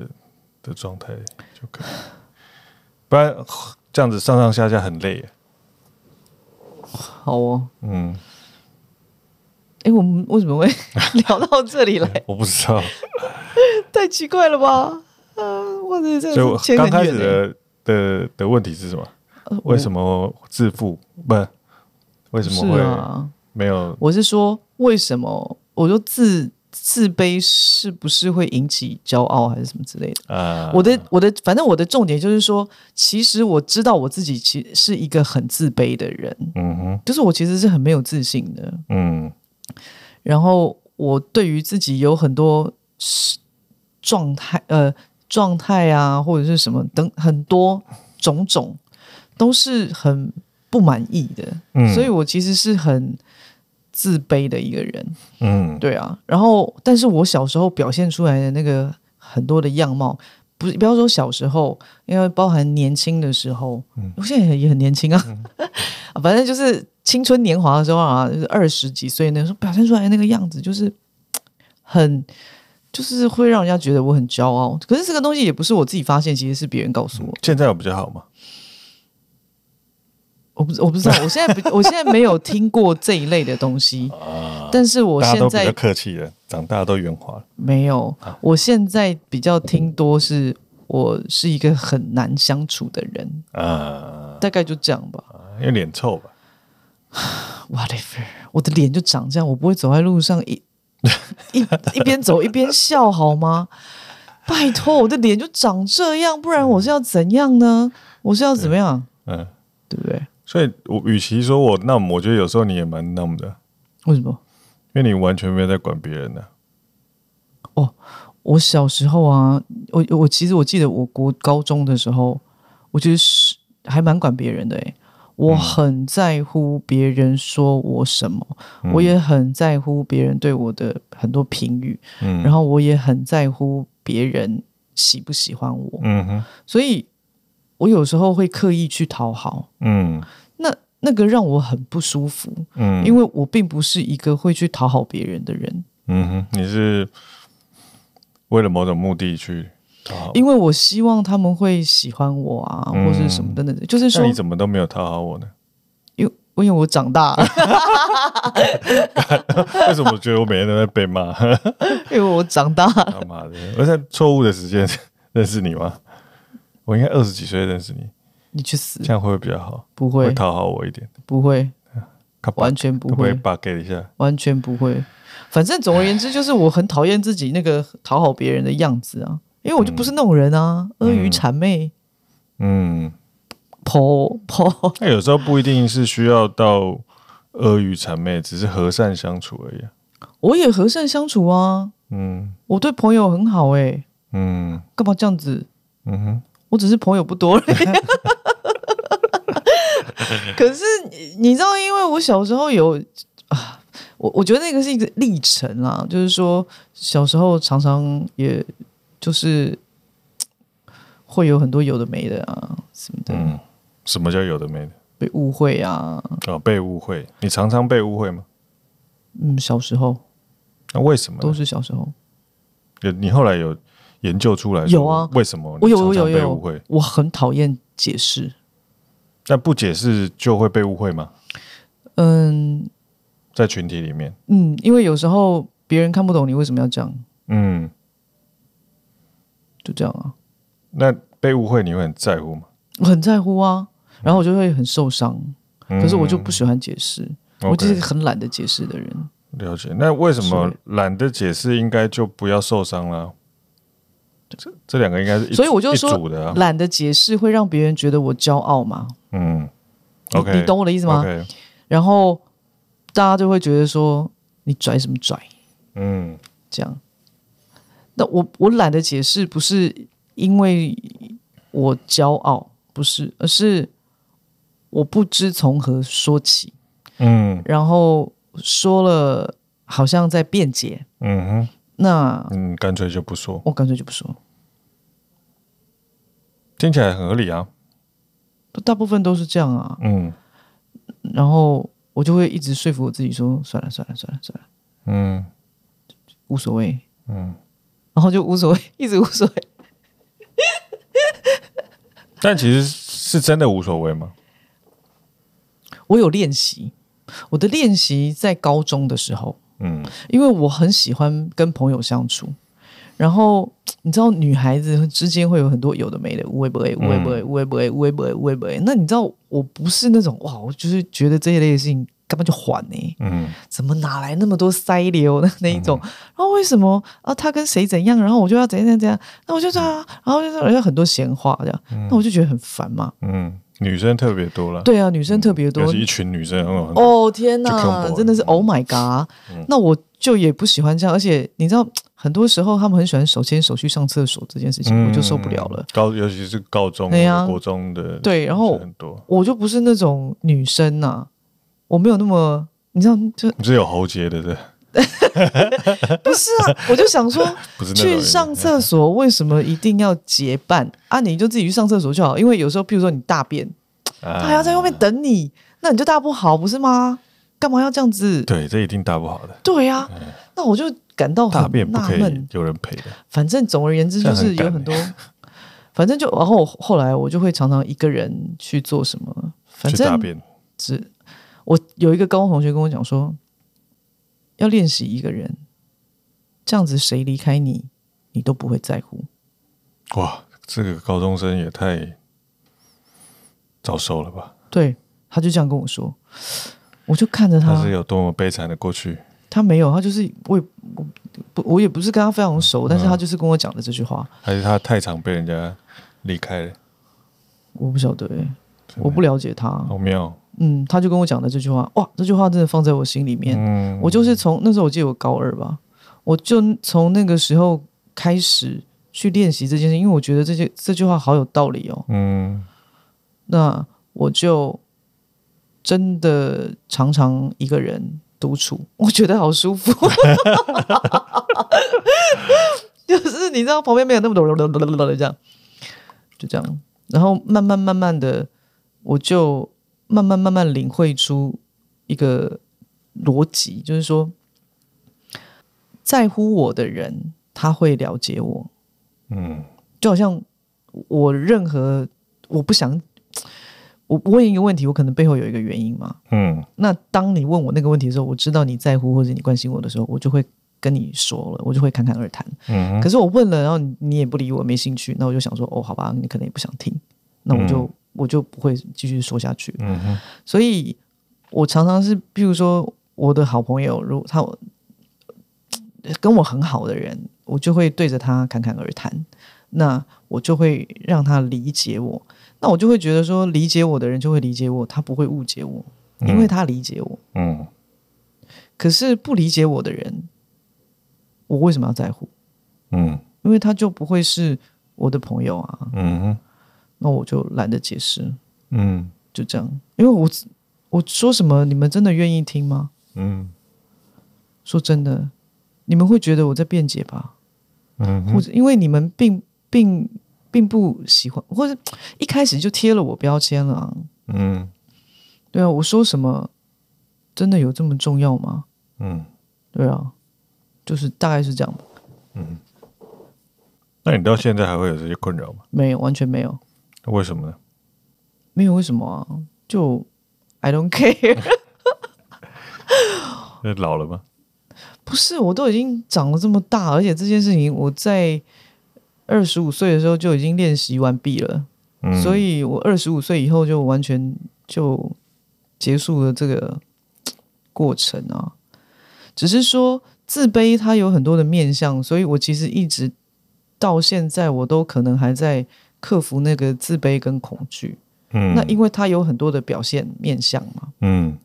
[SPEAKER 1] 的状态就可以，不然这样子上上下下很累耶。
[SPEAKER 2] 好哦，
[SPEAKER 1] 嗯，
[SPEAKER 2] 哎，我们为什么
[SPEAKER 1] [LAUGHS]
[SPEAKER 2] 会聊到这里来？
[SPEAKER 1] 我不知道，
[SPEAKER 2] 太奇怪了吧？啊，哇塞，这
[SPEAKER 1] 所以
[SPEAKER 2] 个
[SPEAKER 1] 我
[SPEAKER 2] 是牵欸
[SPEAKER 1] 刚
[SPEAKER 2] 很
[SPEAKER 1] 开
[SPEAKER 2] 远
[SPEAKER 1] 始
[SPEAKER 2] 的。
[SPEAKER 1] 的的的问题是什么？
[SPEAKER 2] 呃
[SPEAKER 1] 为什么自负不？为
[SPEAKER 2] 我
[SPEAKER 1] 什
[SPEAKER 2] 是
[SPEAKER 1] 么会
[SPEAKER 2] 啊？
[SPEAKER 1] 没有？
[SPEAKER 2] 我是说，为什么？我说自自卑是不是会引起骄傲，还是什么之类的？
[SPEAKER 1] 啊？
[SPEAKER 2] 我的我的，反正我的重点就是说，其实我知道我自己其实是一个很自卑的人，
[SPEAKER 1] 嗯哼，
[SPEAKER 2] 就是我其实是很没有自信的。
[SPEAKER 1] 嗯
[SPEAKER 2] 然后我对于自己有很多是状态，呃，状态啊，或者是什么等很多种种，都是很不满意的。
[SPEAKER 1] 嗯，
[SPEAKER 2] 所以我其实是很自卑的一个人。
[SPEAKER 1] 嗯
[SPEAKER 2] 对啊，然后但是我小时候表现出来的那个很多的样貌，不是不要说小时候，因为包含年轻的时候，
[SPEAKER 1] 嗯
[SPEAKER 2] 我现在也也很年轻啊，啊 [LAUGHS] 反正就是青春年华的时候啊，就是二十几岁那时候表现出来的那个样子，就是嘖很。就是会让人家觉得我很骄傲，可是这个东西也不是我自己发现，其实是别人告诉我。
[SPEAKER 1] 现在有比较好吗？
[SPEAKER 2] 我不知我不知道，我现在不我现在没有听过这一类的东西，
[SPEAKER 1] [LAUGHS]
[SPEAKER 2] 但是我
[SPEAKER 1] 啊大家
[SPEAKER 2] 现
[SPEAKER 1] 都比
[SPEAKER 2] 在
[SPEAKER 1] 较客气了，长大都圆滑了。
[SPEAKER 2] 没有，
[SPEAKER 1] 啊
[SPEAKER 2] 我现在比较听多是，我是一个很难相处的人，
[SPEAKER 1] 啊，
[SPEAKER 2] 大概就这样吧。
[SPEAKER 1] 因为脸臭吧？
[SPEAKER 2] Whatever，我的脸就长这样，我不会走在路上
[SPEAKER 1] [LAUGHS]
[SPEAKER 2] 一一一边走一边笑好吗？拜托，我的脸就长这样，不然我是要怎样呢？我是要怎么样？
[SPEAKER 1] 嗯，
[SPEAKER 2] 对不对？
[SPEAKER 1] 所以我与其说我那么，我觉得有时候你也蛮那么的，
[SPEAKER 2] 为什么？
[SPEAKER 1] 因为你完全没有在管别人的、
[SPEAKER 2] 我小时候啊，我我其实我记得我国高中的时候，我觉得是还蛮管别人的诶、欸
[SPEAKER 1] 嗯
[SPEAKER 2] 我很在乎别人说我什么，
[SPEAKER 1] 嗯
[SPEAKER 2] 我也很在乎别人对我的很多评语，
[SPEAKER 1] 嗯
[SPEAKER 2] 然后我也很在乎别人喜不喜欢我，
[SPEAKER 1] 嗯哼，
[SPEAKER 2] 所以我有时候会刻意去讨好，
[SPEAKER 1] 嗯
[SPEAKER 2] 那那个让我很不舒服，
[SPEAKER 1] 嗯，
[SPEAKER 2] 因为我并不是一个会去讨好别人的人。
[SPEAKER 1] 嗯哼，你是为了某种目的去讨好，
[SPEAKER 2] 因为我希望他们会喜欢我啊，
[SPEAKER 1] 嗯
[SPEAKER 2] 或是什么等等的，就是说
[SPEAKER 1] 那你，怎么都没有讨好我呢？
[SPEAKER 2] 因为因为我长大， [LAUGHS]
[SPEAKER 1] 为什么我觉得我每天都在被骂？ [LAUGHS]
[SPEAKER 2] 因为我长大，
[SPEAKER 1] 他妈的！我在错误的时间 [LAUGHS] 认识你吗？我应该二十几岁认识你，
[SPEAKER 2] 你去死
[SPEAKER 1] [LAUGHS] 这！样会不会比较好？
[SPEAKER 2] 不
[SPEAKER 1] 会
[SPEAKER 2] 会，
[SPEAKER 1] 讨好我一点，
[SPEAKER 2] 不会，
[SPEAKER 1] 看吧
[SPEAKER 2] 完全不
[SPEAKER 1] 可不可以
[SPEAKER 2] 会，
[SPEAKER 1] 把给一下？
[SPEAKER 2] 完全不会。反正总而言之，就是我很讨厌自己那个讨好别人的样子啊，因为我就不是那种人啊，阿谀谄媚，
[SPEAKER 1] 嗯，
[SPEAKER 2] 婆婆。 [LAUGHS]
[SPEAKER 1] 那有时候不一定是需要到阿谀谄媚，只是和善相处而已啊。
[SPEAKER 2] 我也和善相处啊，
[SPEAKER 1] 嗯
[SPEAKER 2] 我对朋友很好哎、
[SPEAKER 1] 嗯
[SPEAKER 2] 干嘛这样子？
[SPEAKER 1] 嗯哼，
[SPEAKER 2] 我只是朋友不多而已。可是你你知道，因为我小时候有啊，我我觉得那个是一个历程啦，就是说小时候常常也就是嘖会有很多有的没的啊什么的，
[SPEAKER 1] 嗯，什么叫有的没的？
[SPEAKER 2] 被误会啊，
[SPEAKER 1] 哦，被误会，你常常被误会吗？
[SPEAKER 2] 嗯，小时候
[SPEAKER 1] 那为什么呢？
[SPEAKER 2] 都是小时候，
[SPEAKER 1] 有你后来有研究出来说
[SPEAKER 2] 有啊
[SPEAKER 1] 为什么
[SPEAKER 2] 我
[SPEAKER 1] 你
[SPEAKER 2] 有
[SPEAKER 1] 常
[SPEAKER 2] 我有
[SPEAKER 1] 常
[SPEAKER 2] 有
[SPEAKER 1] 被误会
[SPEAKER 2] 有？，我很讨厌解释，
[SPEAKER 1] 那不解释就会被误会吗？
[SPEAKER 2] 嗯
[SPEAKER 1] 在群体里面，
[SPEAKER 2] 嗯，因为有时候别人看不懂你为什么要这样，
[SPEAKER 1] 嗯，
[SPEAKER 2] 就这样啊，
[SPEAKER 1] 那被误会你会很在乎吗？
[SPEAKER 2] 我很在乎啊，然后我就会很受伤。
[SPEAKER 1] 嗯
[SPEAKER 2] 可是我就不喜欢解释，我就是
[SPEAKER 1] OK，
[SPEAKER 2] 一个很懒得解释的人。
[SPEAKER 1] 了解。那为什么
[SPEAKER 2] 是
[SPEAKER 1] 懒得解释，应该就不要受伤了？这这两个应该是一
[SPEAKER 2] 所以我就
[SPEAKER 1] 一
[SPEAKER 2] 说
[SPEAKER 1] 组的啊，
[SPEAKER 2] 懒得解释会让别人觉得我骄傲嘛
[SPEAKER 1] 嗯
[SPEAKER 2] 你
[SPEAKER 1] ，OK，
[SPEAKER 2] 你懂我的意思吗
[SPEAKER 1] o k
[SPEAKER 2] 然后大家就会觉得说你拽什么拽
[SPEAKER 1] 嗯
[SPEAKER 2] 这样。那我我懒得解释，不是因为我骄傲，不是，而是我不知从何说起，
[SPEAKER 1] 嗯
[SPEAKER 2] 然后说了好像在辩解，
[SPEAKER 1] 嗯哼，
[SPEAKER 2] 那
[SPEAKER 1] 嗯，干脆就不说，
[SPEAKER 2] 我干脆就不说。
[SPEAKER 1] 听起来很合理啊。
[SPEAKER 2] 大部分都是这样啊，
[SPEAKER 1] 嗯
[SPEAKER 2] 然后我就会一直说服我自己说，算了算了算了算了，
[SPEAKER 1] 嗯
[SPEAKER 2] 无所谓，
[SPEAKER 1] 嗯。
[SPEAKER 2] 然后就无所谓，一直无所谓。
[SPEAKER 1] 但其实是真的无所谓吗？
[SPEAKER 2] 我有练习，我的练习在高中的时候，
[SPEAKER 1] 嗯，
[SPEAKER 2] 因为我很喜欢跟朋友相处。然后你知道，女孩子之间会有很多有的没的，无微不微，无微不微，无微不微，无微不微，无微不微。那你知道，我不是那种哇，我就是觉得这一类的事情干嘛就缓呢、
[SPEAKER 1] 嗯，
[SPEAKER 2] 怎么哪来那么多塞流的那一种？然后为什么啊？他跟谁怎样？然后我就要怎样怎样？那我就这
[SPEAKER 1] 嗯
[SPEAKER 2] 样，然后就是而且很多闲话这样，那我就觉得很烦嘛。
[SPEAKER 1] 嗯，女生特别多了，
[SPEAKER 2] 对啊，女生特别多
[SPEAKER 1] 嗯尤，其一群女生，哦，
[SPEAKER 2] 哦天
[SPEAKER 1] 就
[SPEAKER 2] 呐，
[SPEAKER 1] combo
[SPEAKER 2] 真的是 Oh my God！、那
[SPEAKER 1] 嗯
[SPEAKER 2] 我就也不喜欢这样，而且你知道，很多时候他们很喜欢手牵手去上厕所这件事情，
[SPEAKER 1] 嗯
[SPEAKER 2] 我就受不了了。。
[SPEAKER 1] 高，尤其是高中、
[SPEAKER 2] 对啊
[SPEAKER 1] 国中的，
[SPEAKER 2] 对然后
[SPEAKER 1] 很多。
[SPEAKER 2] 我就不是那种女生呐、我没有那么，你知道，就
[SPEAKER 1] 你是有喉结的，对，
[SPEAKER 2] 不是
[SPEAKER 1] [LAUGHS]
[SPEAKER 2] 啊，我就想说，
[SPEAKER 1] 不是那种
[SPEAKER 2] 去上厕所为什么一定要结伴啊？你就自己去上厕所就好，因为有时候，譬如说你大便，他还要
[SPEAKER 1] 啊，
[SPEAKER 2] 在外面等你，那你就大不好，不是吗？干嘛要这样子？
[SPEAKER 1] 对，这一定大不好的，
[SPEAKER 2] 对呀、啊，那我就感到
[SPEAKER 1] 大
[SPEAKER 2] 哦很
[SPEAKER 1] 便不
[SPEAKER 2] 纳
[SPEAKER 1] 可
[SPEAKER 2] 闷
[SPEAKER 1] 以。有人陪的，
[SPEAKER 2] 反正总而言之，就
[SPEAKER 1] 这
[SPEAKER 2] 是
[SPEAKER 1] 样很赶
[SPEAKER 2] 有很多，反正就然后后来我就会常常一个人去做什么，反
[SPEAKER 1] 去大
[SPEAKER 2] 正
[SPEAKER 1] 便，
[SPEAKER 2] 只我有一个高中同学跟我讲说，要练习一个人，这样子谁离开你，你都不会在乎。
[SPEAKER 1] 哇，这个高中生也太早熟了吧？
[SPEAKER 2] 对，他就这样跟我说，我就看着他，
[SPEAKER 1] 他是有多么悲惨的过去，
[SPEAKER 2] 他没有，他就是我也我不我也不是跟他非常
[SPEAKER 1] 嗯
[SPEAKER 2] 熟，但是他就是跟我讲的这句话，
[SPEAKER 1] 还是他太常被人家离开了？
[SPEAKER 2] 我不晓得、欸，我不了解他，
[SPEAKER 1] 好妙，
[SPEAKER 2] 嗯，他就跟我讲的这句话，哇，这句话真的放在我心里面。
[SPEAKER 1] 嗯，
[SPEAKER 2] 我就是从那时候我记得我高二吧，我就从那个时候开始去练习这件事，因为我觉得这些这句话好有道理哦。
[SPEAKER 1] 嗯
[SPEAKER 2] 那我就真的常常一个人独处，我觉得好舒服。 [LAUGHS] 就是你知道旁边没有那么多人，这样就这样，然后慢慢慢慢的，我就慢慢慢慢领会出一个逻辑，就是说，在乎我的人他会了解我，
[SPEAKER 1] 嗯
[SPEAKER 2] 就好像我任何我不想，我我问一个问题，我可能背后有一个原因嘛。
[SPEAKER 1] 嗯
[SPEAKER 2] 那当你问我那个问题的时候，我知道你在乎或者你关心我的时候，我就会跟你说了，我就会侃侃而谈。
[SPEAKER 1] 嗯
[SPEAKER 2] 可是我问了，然后你你也不理我，没兴趣，那我就想说，哦，好吧，你可能也不想听，那我就、我就不会继续说下去。
[SPEAKER 1] 嗯哼
[SPEAKER 2] 所以我常常是，譬如说我的好朋友，如果他嗯跟我很好的人，我就会对着他侃侃而谈，那我就会让他理解我，那我就会觉得说，理解我的人就会理解我，他不会误解我，因为他理解我。
[SPEAKER 1] 嗯
[SPEAKER 2] 可是不理解我的人，我为什么要在乎？
[SPEAKER 1] 嗯
[SPEAKER 2] 因为他就不会是我的朋友啊，
[SPEAKER 1] 嗯哼
[SPEAKER 2] 那我就懒得解释，
[SPEAKER 1] 嗯
[SPEAKER 2] 就这样。因为我我说什么，你们真的愿意听吗？
[SPEAKER 1] 嗯
[SPEAKER 2] 说真的，你们会觉得我在辩解吧？
[SPEAKER 1] 嗯哼
[SPEAKER 2] 或者因为你们并并并不喜欢，或者一开始就贴了我标签了、啊。
[SPEAKER 1] 嗯
[SPEAKER 2] 对啊，我说什么真的有这么重要吗？
[SPEAKER 1] 嗯。
[SPEAKER 2] 对啊，就是大概是这样吧。
[SPEAKER 1] 那你到现在还会有这些困扰吗？
[SPEAKER 2] 没有，完全没有，
[SPEAKER 1] 为什么呢？
[SPEAKER 2] 没有为什么啊？就 I don't care， [LAUGHS]
[SPEAKER 1] 因为老了吗？
[SPEAKER 2] 不是，我都已经长了这么大，而且这件事情我在二十五岁的时候就已经练习完毕了。
[SPEAKER 1] 嗯，
[SPEAKER 2] 所以我二十五岁以后就完全就结束了这个过程啊。只是说自卑它有很多的面向，所以我其实一直到现在我都可能还在克服那个自卑跟恐惧。
[SPEAKER 1] 嗯，
[SPEAKER 2] 那因为它有很多的表现面向嘛，
[SPEAKER 1] 嗯，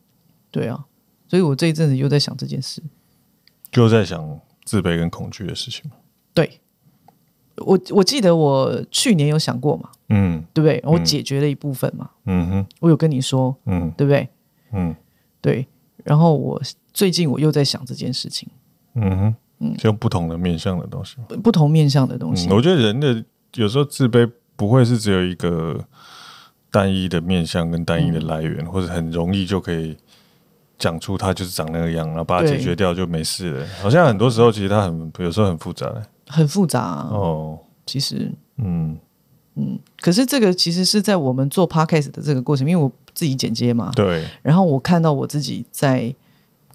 [SPEAKER 2] 对啊，所以我这一阵子又在想这件事。
[SPEAKER 1] 就在想自卑跟恐惧的事情嘛。
[SPEAKER 2] 对我，我记得我去年有想过嘛，
[SPEAKER 1] 嗯
[SPEAKER 2] 对不对？我解决了一部分嘛，
[SPEAKER 1] 嗯哼
[SPEAKER 2] 我有跟你说，
[SPEAKER 1] 嗯
[SPEAKER 2] 对不对？
[SPEAKER 1] 嗯
[SPEAKER 2] 对，然后我最近我又在想这件事情，
[SPEAKER 1] 嗯哼，就不同的面向的东西嘛。
[SPEAKER 2] 不不同面向的东西。
[SPEAKER 1] 嗯，我觉得人的有时候自卑不会是只有一个单一的面向跟单一的来源，或者很容易就可以讲出他就是长那个样，然后把它
[SPEAKER 2] 对
[SPEAKER 1] 解决掉就没事了。好像很多时候其实它很有时候很复杂、
[SPEAKER 2] 很复杂啊、
[SPEAKER 1] 哦，
[SPEAKER 2] 其实。
[SPEAKER 1] 嗯，
[SPEAKER 2] 可是这个其实是在我们做 podcast 的这个过程，因为我自己剪接嘛，
[SPEAKER 1] 对，
[SPEAKER 2] 然后我看到我自己在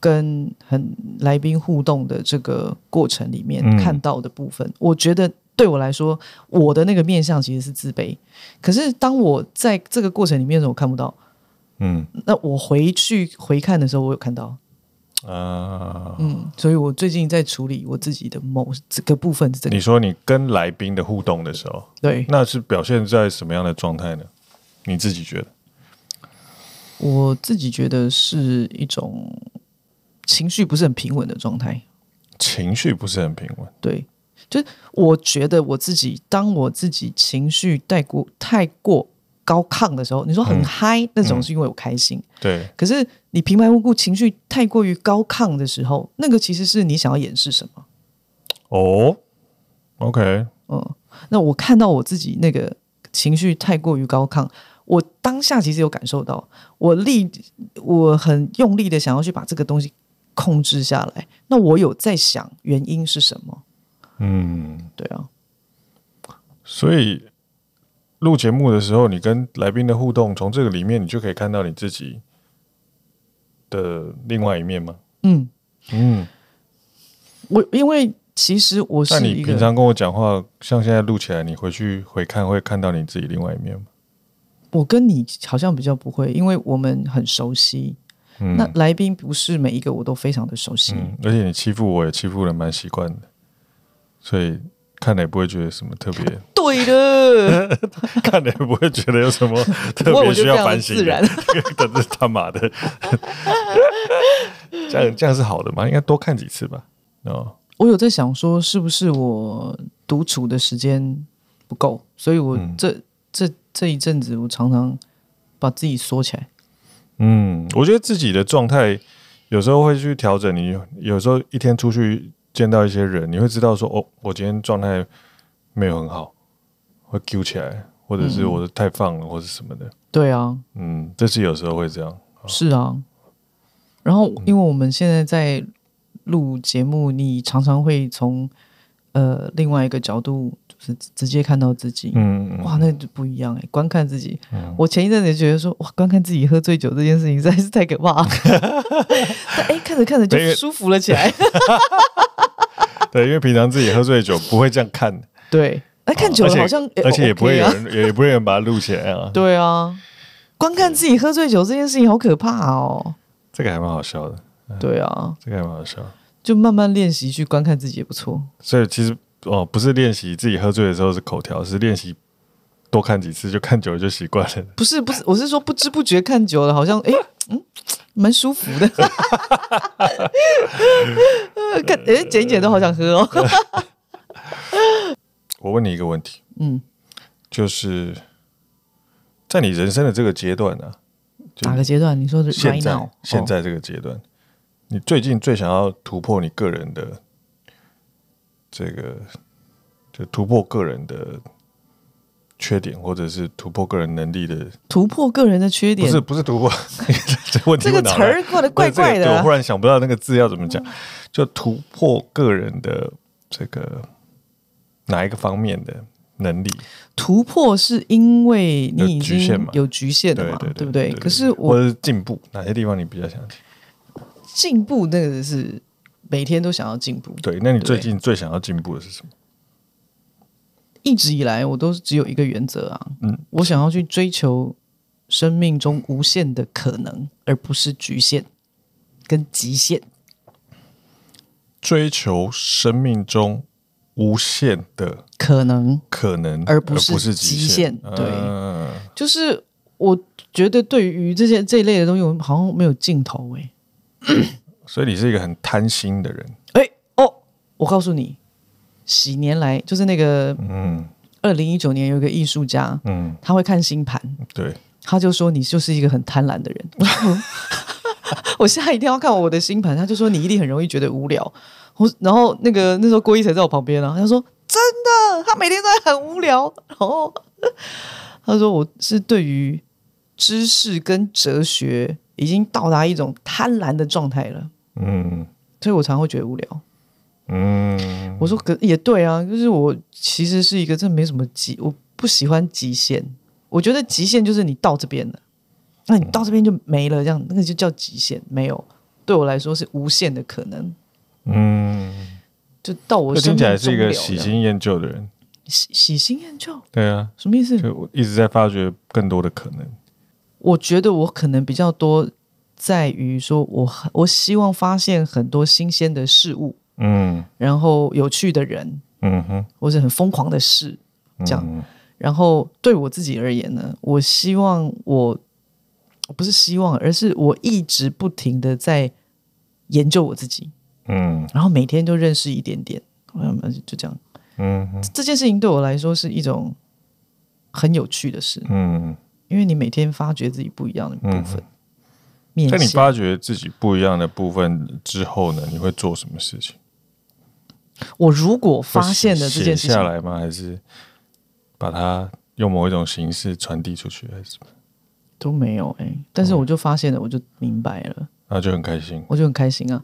[SPEAKER 2] 跟很来宾互动的这个过程里面
[SPEAKER 1] 嗯
[SPEAKER 2] 看到的部分，我觉得对我来说，我的那个面向其实是自卑。可是当我在这个过程里面的时候，我看不到。
[SPEAKER 1] 嗯
[SPEAKER 2] 那我回去回看的时候，我有看到，
[SPEAKER 1] 啊，
[SPEAKER 2] 嗯，所以我最近在处理我自己的某这个部分是这个
[SPEAKER 1] 你，说你跟来宾的互动的时候，
[SPEAKER 2] 对
[SPEAKER 1] 那是表现在什么样的状态呢？你自己觉得？
[SPEAKER 2] 我自己觉得是一种情绪不是很平稳的状态。
[SPEAKER 1] 情绪不是很平稳，
[SPEAKER 2] 对，就是我觉得我自己，当我自己情绪带过太过高亢的时候，你说很
[SPEAKER 1] 嗯
[SPEAKER 2] 嗨、那种
[SPEAKER 1] 嗯
[SPEAKER 2] 是因为我开心，
[SPEAKER 1] 对，
[SPEAKER 2] 可是你平白无故情绪太过于高亢的时候，那个其实是你想要掩饰什么。
[SPEAKER 1] 哦，OK，
[SPEAKER 2] 嗯，那我看到我自己那个情绪太过于高亢，我当下其实有感受到，我力我很用力的想要去把这个东西控制下来。那我有在想原因是什么？
[SPEAKER 1] 嗯，
[SPEAKER 2] 对啊，
[SPEAKER 1] 所以录节目的时候，你跟来宾的互动，从这个里面你就可以看到你自己的另外一面吗？
[SPEAKER 2] 嗯，
[SPEAKER 1] 嗯，
[SPEAKER 2] 我因为其实我
[SPEAKER 1] 那
[SPEAKER 2] 是
[SPEAKER 1] 你
[SPEAKER 2] 一
[SPEAKER 1] 平
[SPEAKER 2] 个，
[SPEAKER 1] 常跟我讲话，像现在录起来，你回去回看会看到你自己另外一面吗？
[SPEAKER 2] 我跟你好像比较不会，因为我们很熟悉。
[SPEAKER 1] 嗯
[SPEAKER 2] 那来宾不是每一个我都非常的熟悉，
[SPEAKER 1] 嗯，而且你欺负我也欺负的蛮习惯的，所以看了也不会觉得什么特别，
[SPEAKER 2] 对的，
[SPEAKER 1] [LAUGHS] 看了也不会觉得有什
[SPEAKER 2] [LAUGHS]
[SPEAKER 1] 么特
[SPEAKER 2] 不过我
[SPEAKER 1] 别
[SPEAKER 2] 觉
[SPEAKER 1] 需
[SPEAKER 2] 得非
[SPEAKER 1] 要
[SPEAKER 2] 常的
[SPEAKER 1] 反省
[SPEAKER 2] 自
[SPEAKER 1] 的。
[SPEAKER 2] 然。
[SPEAKER 1] [LAUGHS] 真是他妈的， [LAUGHS] 这样这样是好的吗？应该多看几次吧。哦，
[SPEAKER 2] 我有在想说，是不是我独处的时间不够，所以我
[SPEAKER 1] 嗯
[SPEAKER 2] 这、这这一阵子，我常常把自己缩起来。
[SPEAKER 1] 嗯，我觉得自己的状态有时候会去调整你。有时候一天出去见到一些人，你会知道说，哦，我今天状态没有很好，会揪起来，或者
[SPEAKER 2] 嗯
[SPEAKER 1] 是我太放了，或是什么的。
[SPEAKER 2] 对啊，
[SPEAKER 1] 嗯，这是有时候会这样。
[SPEAKER 2] 是啊。然后，
[SPEAKER 1] 嗯
[SPEAKER 2] 因为我们现在在录节目，你常常会从呃另外一个角度，就是直接看到自己。
[SPEAKER 1] 嗯，嗯
[SPEAKER 2] 哇，那就不一样哎、观看自己。
[SPEAKER 1] 嗯
[SPEAKER 2] 我前一阵子也觉得说，哇，观看自己喝醉酒这件事情实在是太可
[SPEAKER 1] [LAUGHS]
[SPEAKER 2] 怕了。但哎、看着看着就
[SPEAKER 1] 对因为
[SPEAKER 2] 舒服了起来。
[SPEAKER 1] 对，因为平常自己喝醉酒不会这样看，
[SPEAKER 2] 对，哎，看久
[SPEAKER 1] 哦而
[SPEAKER 2] 了
[SPEAKER 1] 且
[SPEAKER 2] 好像
[SPEAKER 1] 而且也不会有
[SPEAKER 2] 啊。
[SPEAKER 1] 人，也不会有人把它录起来啊。
[SPEAKER 2] 对啊，光看自己喝醉酒这件事情好可怕哦。
[SPEAKER 1] 这个还蛮好笑的，
[SPEAKER 2] 对啊，
[SPEAKER 1] 这个还蛮好笑的。
[SPEAKER 2] 就慢慢练习去观看自己也不错。
[SPEAKER 1] 所以其实哦，不是练习自己喝醉的时候是口条，是练习多看几次，就看久了就习惯了。
[SPEAKER 2] 不是不是，我是说不知不觉看久了，好像哎、嗯，蛮舒服的。 [LAUGHS] 呃看哎、剪一剪都好想喝哦。
[SPEAKER 1] 我问你一个问题，
[SPEAKER 2] 嗯，
[SPEAKER 1] 就是在你人生的这个阶段呢、啊，就
[SPEAKER 2] 哪个阶段？你说的
[SPEAKER 1] 现
[SPEAKER 2] right
[SPEAKER 1] 在、
[SPEAKER 2] now？
[SPEAKER 1] 现
[SPEAKER 2] 哦、
[SPEAKER 1] 在这个阶段，你最近最想要突破你个人的这个，就突破个人的缺点，或者是突破个人能力的，
[SPEAKER 2] 突破个人的缺
[SPEAKER 1] 不
[SPEAKER 2] 点
[SPEAKER 1] 是，不是突破， [LAUGHS] 这问题
[SPEAKER 2] 这个
[SPEAKER 1] 问哪
[SPEAKER 2] 词
[SPEAKER 1] 来
[SPEAKER 2] 儿过得
[SPEAKER 1] 不
[SPEAKER 2] 怪
[SPEAKER 1] 是这个
[SPEAKER 2] 怪的
[SPEAKER 1] 对
[SPEAKER 2] 啊、
[SPEAKER 1] 我忽然想不到那个字要怎么讲，就突破个人的这个哪一个方面的能力，
[SPEAKER 2] 突破是因为你已
[SPEAKER 1] 有局限
[SPEAKER 2] 经
[SPEAKER 1] 嘛
[SPEAKER 2] 有局限
[SPEAKER 1] 对
[SPEAKER 2] 了嘛，
[SPEAKER 1] 对
[SPEAKER 2] 不
[SPEAKER 1] 对
[SPEAKER 2] 对？可是我
[SPEAKER 1] 或者是进步，哪些地方你比较想进？
[SPEAKER 2] 进步那个是每天都想要进步。
[SPEAKER 1] 对，那你最
[SPEAKER 2] 对
[SPEAKER 1] 近最想要进步的是什么？
[SPEAKER 2] 一直以来我都只有一个原则啊，
[SPEAKER 1] 嗯
[SPEAKER 2] 我想要去追求生命中无限的可能，而不是局限跟极限。
[SPEAKER 1] 追求生命中无限的
[SPEAKER 2] 可能
[SPEAKER 1] 可能，
[SPEAKER 2] 而
[SPEAKER 1] 而
[SPEAKER 2] 不是
[SPEAKER 1] 是
[SPEAKER 2] 极
[SPEAKER 1] 极
[SPEAKER 2] 限对
[SPEAKER 1] 嗯
[SPEAKER 2] 就是我觉得对于这些这一类的东西，我好像没有尽头哎、
[SPEAKER 1] 所以你是一个很贪心的人。
[SPEAKER 2] 欸、哎哦，我告诉你，喜年来就是那个
[SPEAKER 1] 嗯
[SPEAKER 2] 二零一九年有一个艺术家，
[SPEAKER 1] 嗯，
[SPEAKER 2] 他会看星盘，
[SPEAKER 1] 对，
[SPEAKER 2] 他就说你就是一个很贪婪的人。 [LAUGHS] 我说嗯我吓一跳，看我的星盘，他就说你一定很容易觉得无聊。我然后那个那时候郭一才在我旁边啊，他说真的，他每天都在很无聊。然后他说我是对于知识跟哲学已经到达一种贪婪的状态了，
[SPEAKER 1] 嗯
[SPEAKER 2] 所以我常常会觉得无聊。
[SPEAKER 1] 嗯，
[SPEAKER 2] 我说可也对啊，就是我其实是一个真的没什么极，我不喜欢极限。我觉得极限就是你到这边了，那你到这边就没了，这样那个就叫极限，没有。对我来说是无限的可能，
[SPEAKER 1] 嗯，
[SPEAKER 2] 就到我
[SPEAKER 1] 这
[SPEAKER 2] 生
[SPEAKER 1] 听起来
[SPEAKER 2] 命
[SPEAKER 1] 是
[SPEAKER 2] 终
[SPEAKER 1] 一个
[SPEAKER 2] 了
[SPEAKER 1] 喜
[SPEAKER 2] 这样
[SPEAKER 1] 新厌旧的人，
[SPEAKER 2] 喜喜新厌旧，
[SPEAKER 1] 对啊，
[SPEAKER 2] 什么意思？
[SPEAKER 1] 就我一直在发掘更多的可能。
[SPEAKER 2] 我觉得我可能比较多在于说我我希望发现很多新鲜的事物，
[SPEAKER 1] 嗯
[SPEAKER 2] 然后有趣的人，
[SPEAKER 1] 嗯哼，
[SPEAKER 2] 或者很疯狂的事，这样
[SPEAKER 1] 嗯
[SPEAKER 2] 然后对我自己而言呢，我希望我不是希望，而是我一直不停的在研究我自己，
[SPEAKER 1] 嗯
[SPEAKER 2] 然后每天都认识一点点，嗯，就这样。
[SPEAKER 1] 嗯哼
[SPEAKER 2] 这件事情对我来说是一种很有趣的事，
[SPEAKER 1] 嗯，
[SPEAKER 2] 因为你每天发掘自己不一样的部分。面
[SPEAKER 1] 在你
[SPEAKER 2] 向
[SPEAKER 1] 发掘自己不一样的部分之后呢，你会做什么事情？
[SPEAKER 2] 我如果
[SPEAKER 1] 会
[SPEAKER 2] 发现了这件
[SPEAKER 1] 写
[SPEAKER 2] 事
[SPEAKER 1] 下
[SPEAKER 2] 情，
[SPEAKER 1] 来吗？还是把它用某一种形式传递出去，还是什么？
[SPEAKER 2] 都没有哎、但
[SPEAKER 1] 哦
[SPEAKER 2] 是我就发现了，我就明白了，
[SPEAKER 1] 然啊后就很开心。
[SPEAKER 2] 我就很开心啊。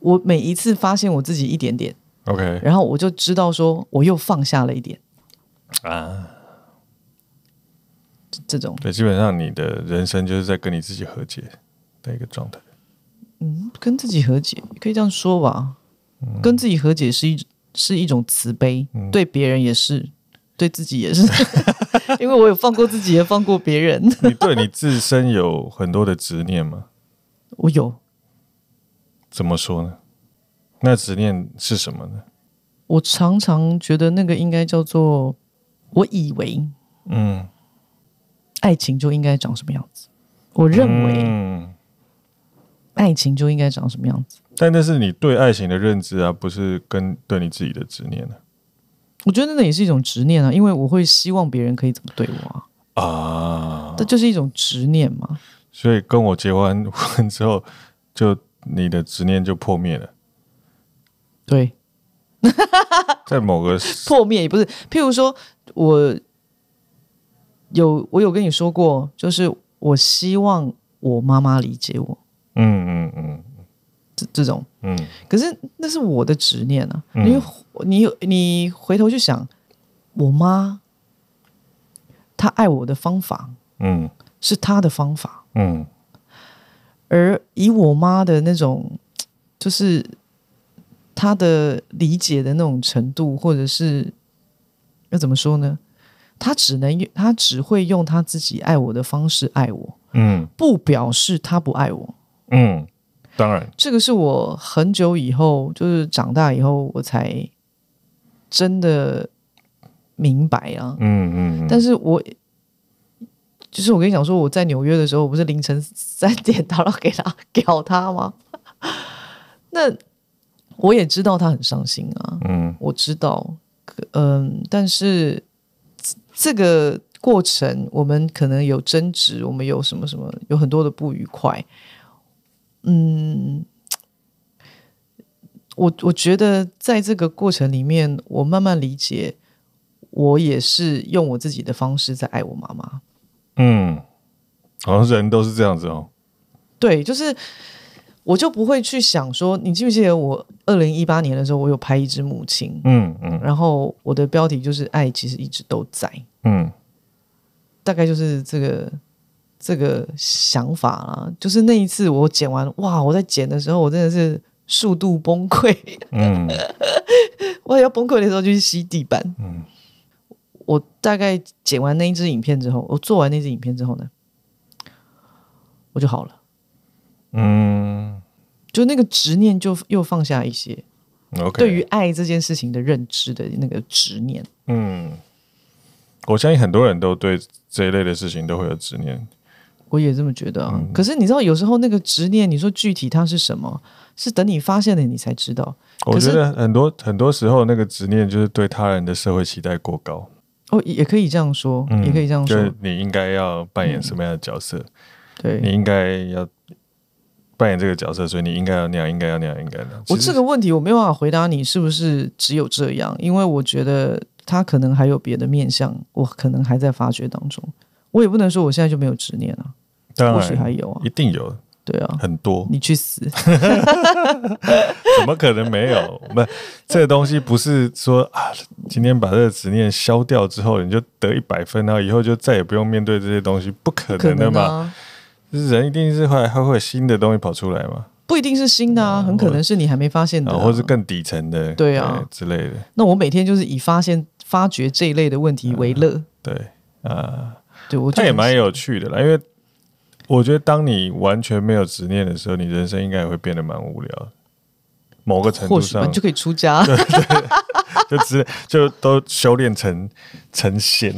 [SPEAKER 2] 我每一次发现我自己一点点，
[SPEAKER 1] OK
[SPEAKER 2] 然后我就知道说我又放下了一点，
[SPEAKER 1] 啊，
[SPEAKER 2] 这这种
[SPEAKER 1] 对，基本上你的人生就是在跟你自己和解的一个状态。
[SPEAKER 2] 嗯，跟自己和解，可以这样说吧。
[SPEAKER 1] 嗯
[SPEAKER 2] 跟自己和解是一是一种慈悲，对别人也是，对自己也是， [LAUGHS] 因为我有放过自己，也放过别人。
[SPEAKER 1] 你对你自身有很多的执念吗？
[SPEAKER 2] 我有，
[SPEAKER 1] 怎么说呢？那执念是什么呢？
[SPEAKER 2] 我常常觉得那个应该叫做，我以为
[SPEAKER 1] 嗯，
[SPEAKER 2] 爱情就应该长什么样子，我认为
[SPEAKER 1] 嗯，
[SPEAKER 2] 爱情就应该长什么样子。
[SPEAKER 1] 但那是你对爱情的认知啊，不是跟对你自己的执念啊。
[SPEAKER 2] 我觉得那也是一种执念啊，因为我会希望别人可以怎么对我啊，
[SPEAKER 1] 啊
[SPEAKER 2] 这就是一种执念嘛。
[SPEAKER 1] 所以跟我结完婚之后，就你的执念就破灭了，
[SPEAKER 2] 对，
[SPEAKER 1] 在某个
[SPEAKER 2] 破灭也不是。譬如说，我有我有跟你说过，就是我希望我妈妈理解我
[SPEAKER 1] 嗯嗯嗯
[SPEAKER 2] 这这种，
[SPEAKER 1] 嗯
[SPEAKER 2] 可是那是我的执念啊。
[SPEAKER 1] 嗯
[SPEAKER 2] 你你你回头去想，我妈她爱我的方法
[SPEAKER 1] 嗯
[SPEAKER 2] 是她的方法，
[SPEAKER 1] 嗯
[SPEAKER 2] 而以我妈的那种，就是她的理解的那种程度，或者是要怎么说呢？她只能用，她只会用她自己爱我的方式爱我，
[SPEAKER 1] 嗯
[SPEAKER 2] 不表示她不爱我。
[SPEAKER 1] 嗯，当然，
[SPEAKER 2] 这个是我很久以后，就是长大以后，我才真的明白啊。
[SPEAKER 1] 嗯嗯，
[SPEAKER 2] 但是我就是我跟你讲说，我在纽约的时候，我不是凌晨三点打到给他屌他吗？那我也知道他很伤心啊，
[SPEAKER 1] 嗯
[SPEAKER 2] 我知道，可嗯，但是这这个过程，我们可能有争执，我们有什么什么，有很多的不愉快，嗯。我我觉得在这个过程里面，我慢慢理解，我也是用我自己的方式在爱我妈妈。
[SPEAKER 1] 嗯，好像人都是这样子哦，
[SPEAKER 2] 对，就是我就不会去想说，你记不记得我二零一八年的时候，我有拍一只母亲，
[SPEAKER 1] 嗯嗯
[SPEAKER 2] 然后我的标题就是“爱其实一直都在
[SPEAKER 1] 嗯”，
[SPEAKER 2] 大概就是这个这个想法啦。就是那一次我剪完，哇，我在剪的时候，我真的是数度崩溃。
[SPEAKER 1] 嗯
[SPEAKER 2] [LAUGHS] 我要崩溃的时候就去吸地板。
[SPEAKER 1] 嗯
[SPEAKER 2] 我大概剪完那一支影片之后，我做完那支影片之后呢，我就好了，
[SPEAKER 1] 嗯
[SPEAKER 2] 就那个执念就又放下一些，
[SPEAKER 1] ，OK，
[SPEAKER 2] 对于爱这件事情的认知的那个执念。
[SPEAKER 1] 嗯，我相信很多人都对这一类的事情都会有执念，
[SPEAKER 2] 我也这么觉得啊。
[SPEAKER 1] 嗯
[SPEAKER 2] 可是你知道，有时候那个执念，你说具体它是什么，是等你发现了你才知道。
[SPEAKER 1] 我
[SPEAKER 2] 可是
[SPEAKER 1] 觉得很多很多时候那个执念就是对他人的社会期待过高。
[SPEAKER 2] 哦，也也可以这样说，也可以这样
[SPEAKER 1] 嗯就是
[SPEAKER 2] 说。
[SPEAKER 1] 你应该要扮演什么样的角色，你
[SPEAKER 2] 对
[SPEAKER 1] 应该要扮演这个角色，所以你应该要那样，应该要那样，应该那样。
[SPEAKER 2] 我
[SPEAKER 1] 其实
[SPEAKER 2] 这个问题，我没有办法回答你是不是只有这样，因为我觉得他可能还有别的面向，我可能还在发掘当中。我也不能说我现在就没有执念啊，
[SPEAKER 1] 当
[SPEAKER 2] 或许还
[SPEAKER 1] 然
[SPEAKER 2] 有啊
[SPEAKER 1] 一，定有
[SPEAKER 2] 对啊，
[SPEAKER 1] 很多，
[SPEAKER 2] 你去死！
[SPEAKER 1] 怎么可能没有？不，这个东西不是说啊，今天把这个执念消掉之后，你就得一百分，然后以后就再也不用面对这些东西，不可
[SPEAKER 2] 可
[SPEAKER 1] 能的
[SPEAKER 2] 能
[SPEAKER 1] 嘛。
[SPEAKER 2] 啊，
[SPEAKER 1] 就是人一定是会还会有新的东西跑出来嘛。
[SPEAKER 2] 不一定是新的啊，很可能是你还没发现的、
[SPEAKER 1] 嗯啊，或是更底层的，
[SPEAKER 2] 对啊
[SPEAKER 1] 之类的，
[SPEAKER 2] 那我每天就是以发现、发掘这一类的问题为乐。
[SPEAKER 1] 对，啊，
[SPEAKER 2] 对我就
[SPEAKER 1] 它嗯也蛮有趣的啦，因为我觉得当你完全没有执念的时候，你人生应该也会变得蛮无聊的，某个程
[SPEAKER 2] 或
[SPEAKER 1] 度
[SPEAKER 2] 许吧，
[SPEAKER 1] 上
[SPEAKER 2] 你就可以出家。
[SPEAKER 1] 就直就都修炼成成仙，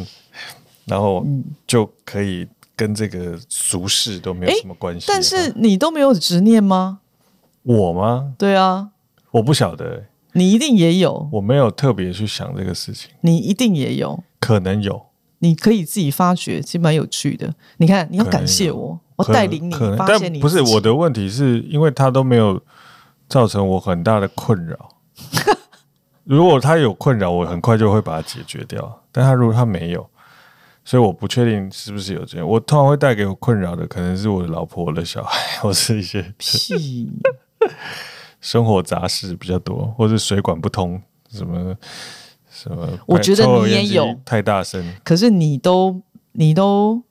[SPEAKER 1] 然后就可以跟这个俗世都没有
[SPEAKER 2] 诶
[SPEAKER 1] 什么关系。
[SPEAKER 2] 但是你都没有执念吗？
[SPEAKER 1] 我吗？
[SPEAKER 2] 对啊，
[SPEAKER 1] 我不晓得欸、
[SPEAKER 2] 你一定也有，
[SPEAKER 1] 我没有特别去想这个事情，
[SPEAKER 2] 你一定也有，
[SPEAKER 1] 可能有，
[SPEAKER 2] 你可以自己发掘，其实蛮有趣的。你看，你要
[SPEAKER 1] 可能
[SPEAKER 2] 感谢
[SPEAKER 1] 有
[SPEAKER 2] 我，我
[SPEAKER 1] 可
[SPEAKER 2] 哦带领你
[SPEAKER 1] 可能，
[SPEAKER 2] 发现
[SPEAKER 1] 但
[SPEAKER 2] 你
[SPEAKER 1] 不是
[SPEAKER 2] 自己
[SPEAKER 1] 我的问题，是因为他都没有造成我很大的困
[SPEAKER 2] [LAUGHS]
[SPEAKER 1] 扰。如果他有困扰，我很快就会把它解决掉。但他如果他没有，所以我不确定是不是有这样。我通常会带给我困扰的，可能是我的老婆、我的小孩，或是一些
[SPEAKER 2] [LAUGHS] 屁。
[SPEAKER 1] 生活杂事比较多，或是水管不通什么什么。
[SPEAKER 2] 我觉得
[SPEAKER 1] 抽油
[SPEAKER 2] 你也
[SPEAKER 1] 烟机
[SPEAKER 2] 有
[SPEAKER 1] 太大声，
[SPEAKER 2] 可是你都，你都，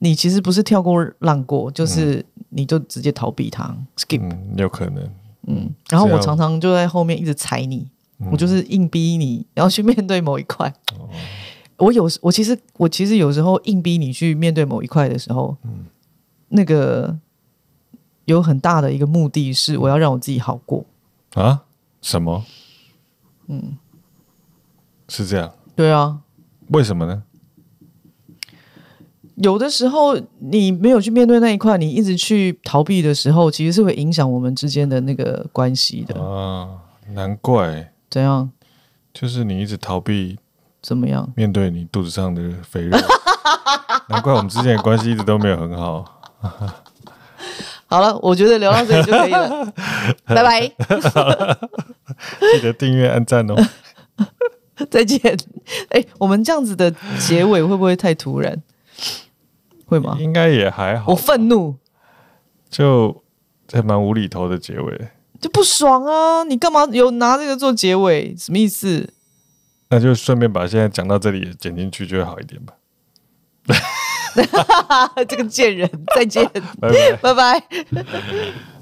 [SPEAKER 2] 你其实不是跳过浪过，就是你就直接逃避它，skip。
[SPEAKER 1] 嗯，有可能。
[SPEAKER 2] 嗯，然后
[SPEAKER 1] 这
[SPEAKER 2] 我
[SPEAKER 1] 样
[SPEAKER 2] 常常就在后面一直踩你，
[SPEAKER 1] 啊
[SPEAKER 2] 我就是硬逼你，然后去面对某一块。
[SPEAKER 1] 哦
[SPEAKER 2] 我有时我其实我其实有时候硬逼你去面对某一块的时候，
[SPEAKER 1] 嗯
[SPEAKER 2] 那个有很大的一个目的是我要让我自己好过。
[SPEAKER 1] 啊？什么？嗯，
[SPEAKER 2] 嗯
[SPEAKER 1] 是这样。
[SPEAKER 2] 对啊，
[SPEAKER 1] 为什么呢？
[SPEAKER 2] 有的时候你没有去面对那一块，你一直去逃避的时候，其实是会影响我们之间的那个关系的。
[SPEAKER 1] 啊，难怪，
[SPEAKER 2] 怎样？
[SPEAKER 1] 就是你一直逃避
[SPEAKER 2] 怎么样？
[SPEAKER 1] 面对你肚子上的肥肉，难怪我们之间的关系一直都没有很好。
[SPEAKER 2] 好了，我觉得聊到这里就可以 [LAUGHS] 了，拜拜。
[SPEAKER 1] 记得订阅、按赞哦。
[SPEAKER 2] 再见。 [LAUGHS] 哎、我们这样子的结尾会不会太突然？会吗？
[SPEAKER 1] 应该也还好
[SPEAKER 2] 我，愤怒，
[SPEAKER 1] 就还蛮无厘头的结尾，
[SPEAKER 2] 就不爽啊！你干嘛有拿这个做结尾？什么意 [LAUGHS] 思？
[SPEAKER 1] 那就顺便把现在讲到这里也剪进去，就会好一点吧。
[SPEAKER 2] 这个贱人，再见，
[SPEAKER 1] 拜拜。
[SPEAKER 2] 拜拜。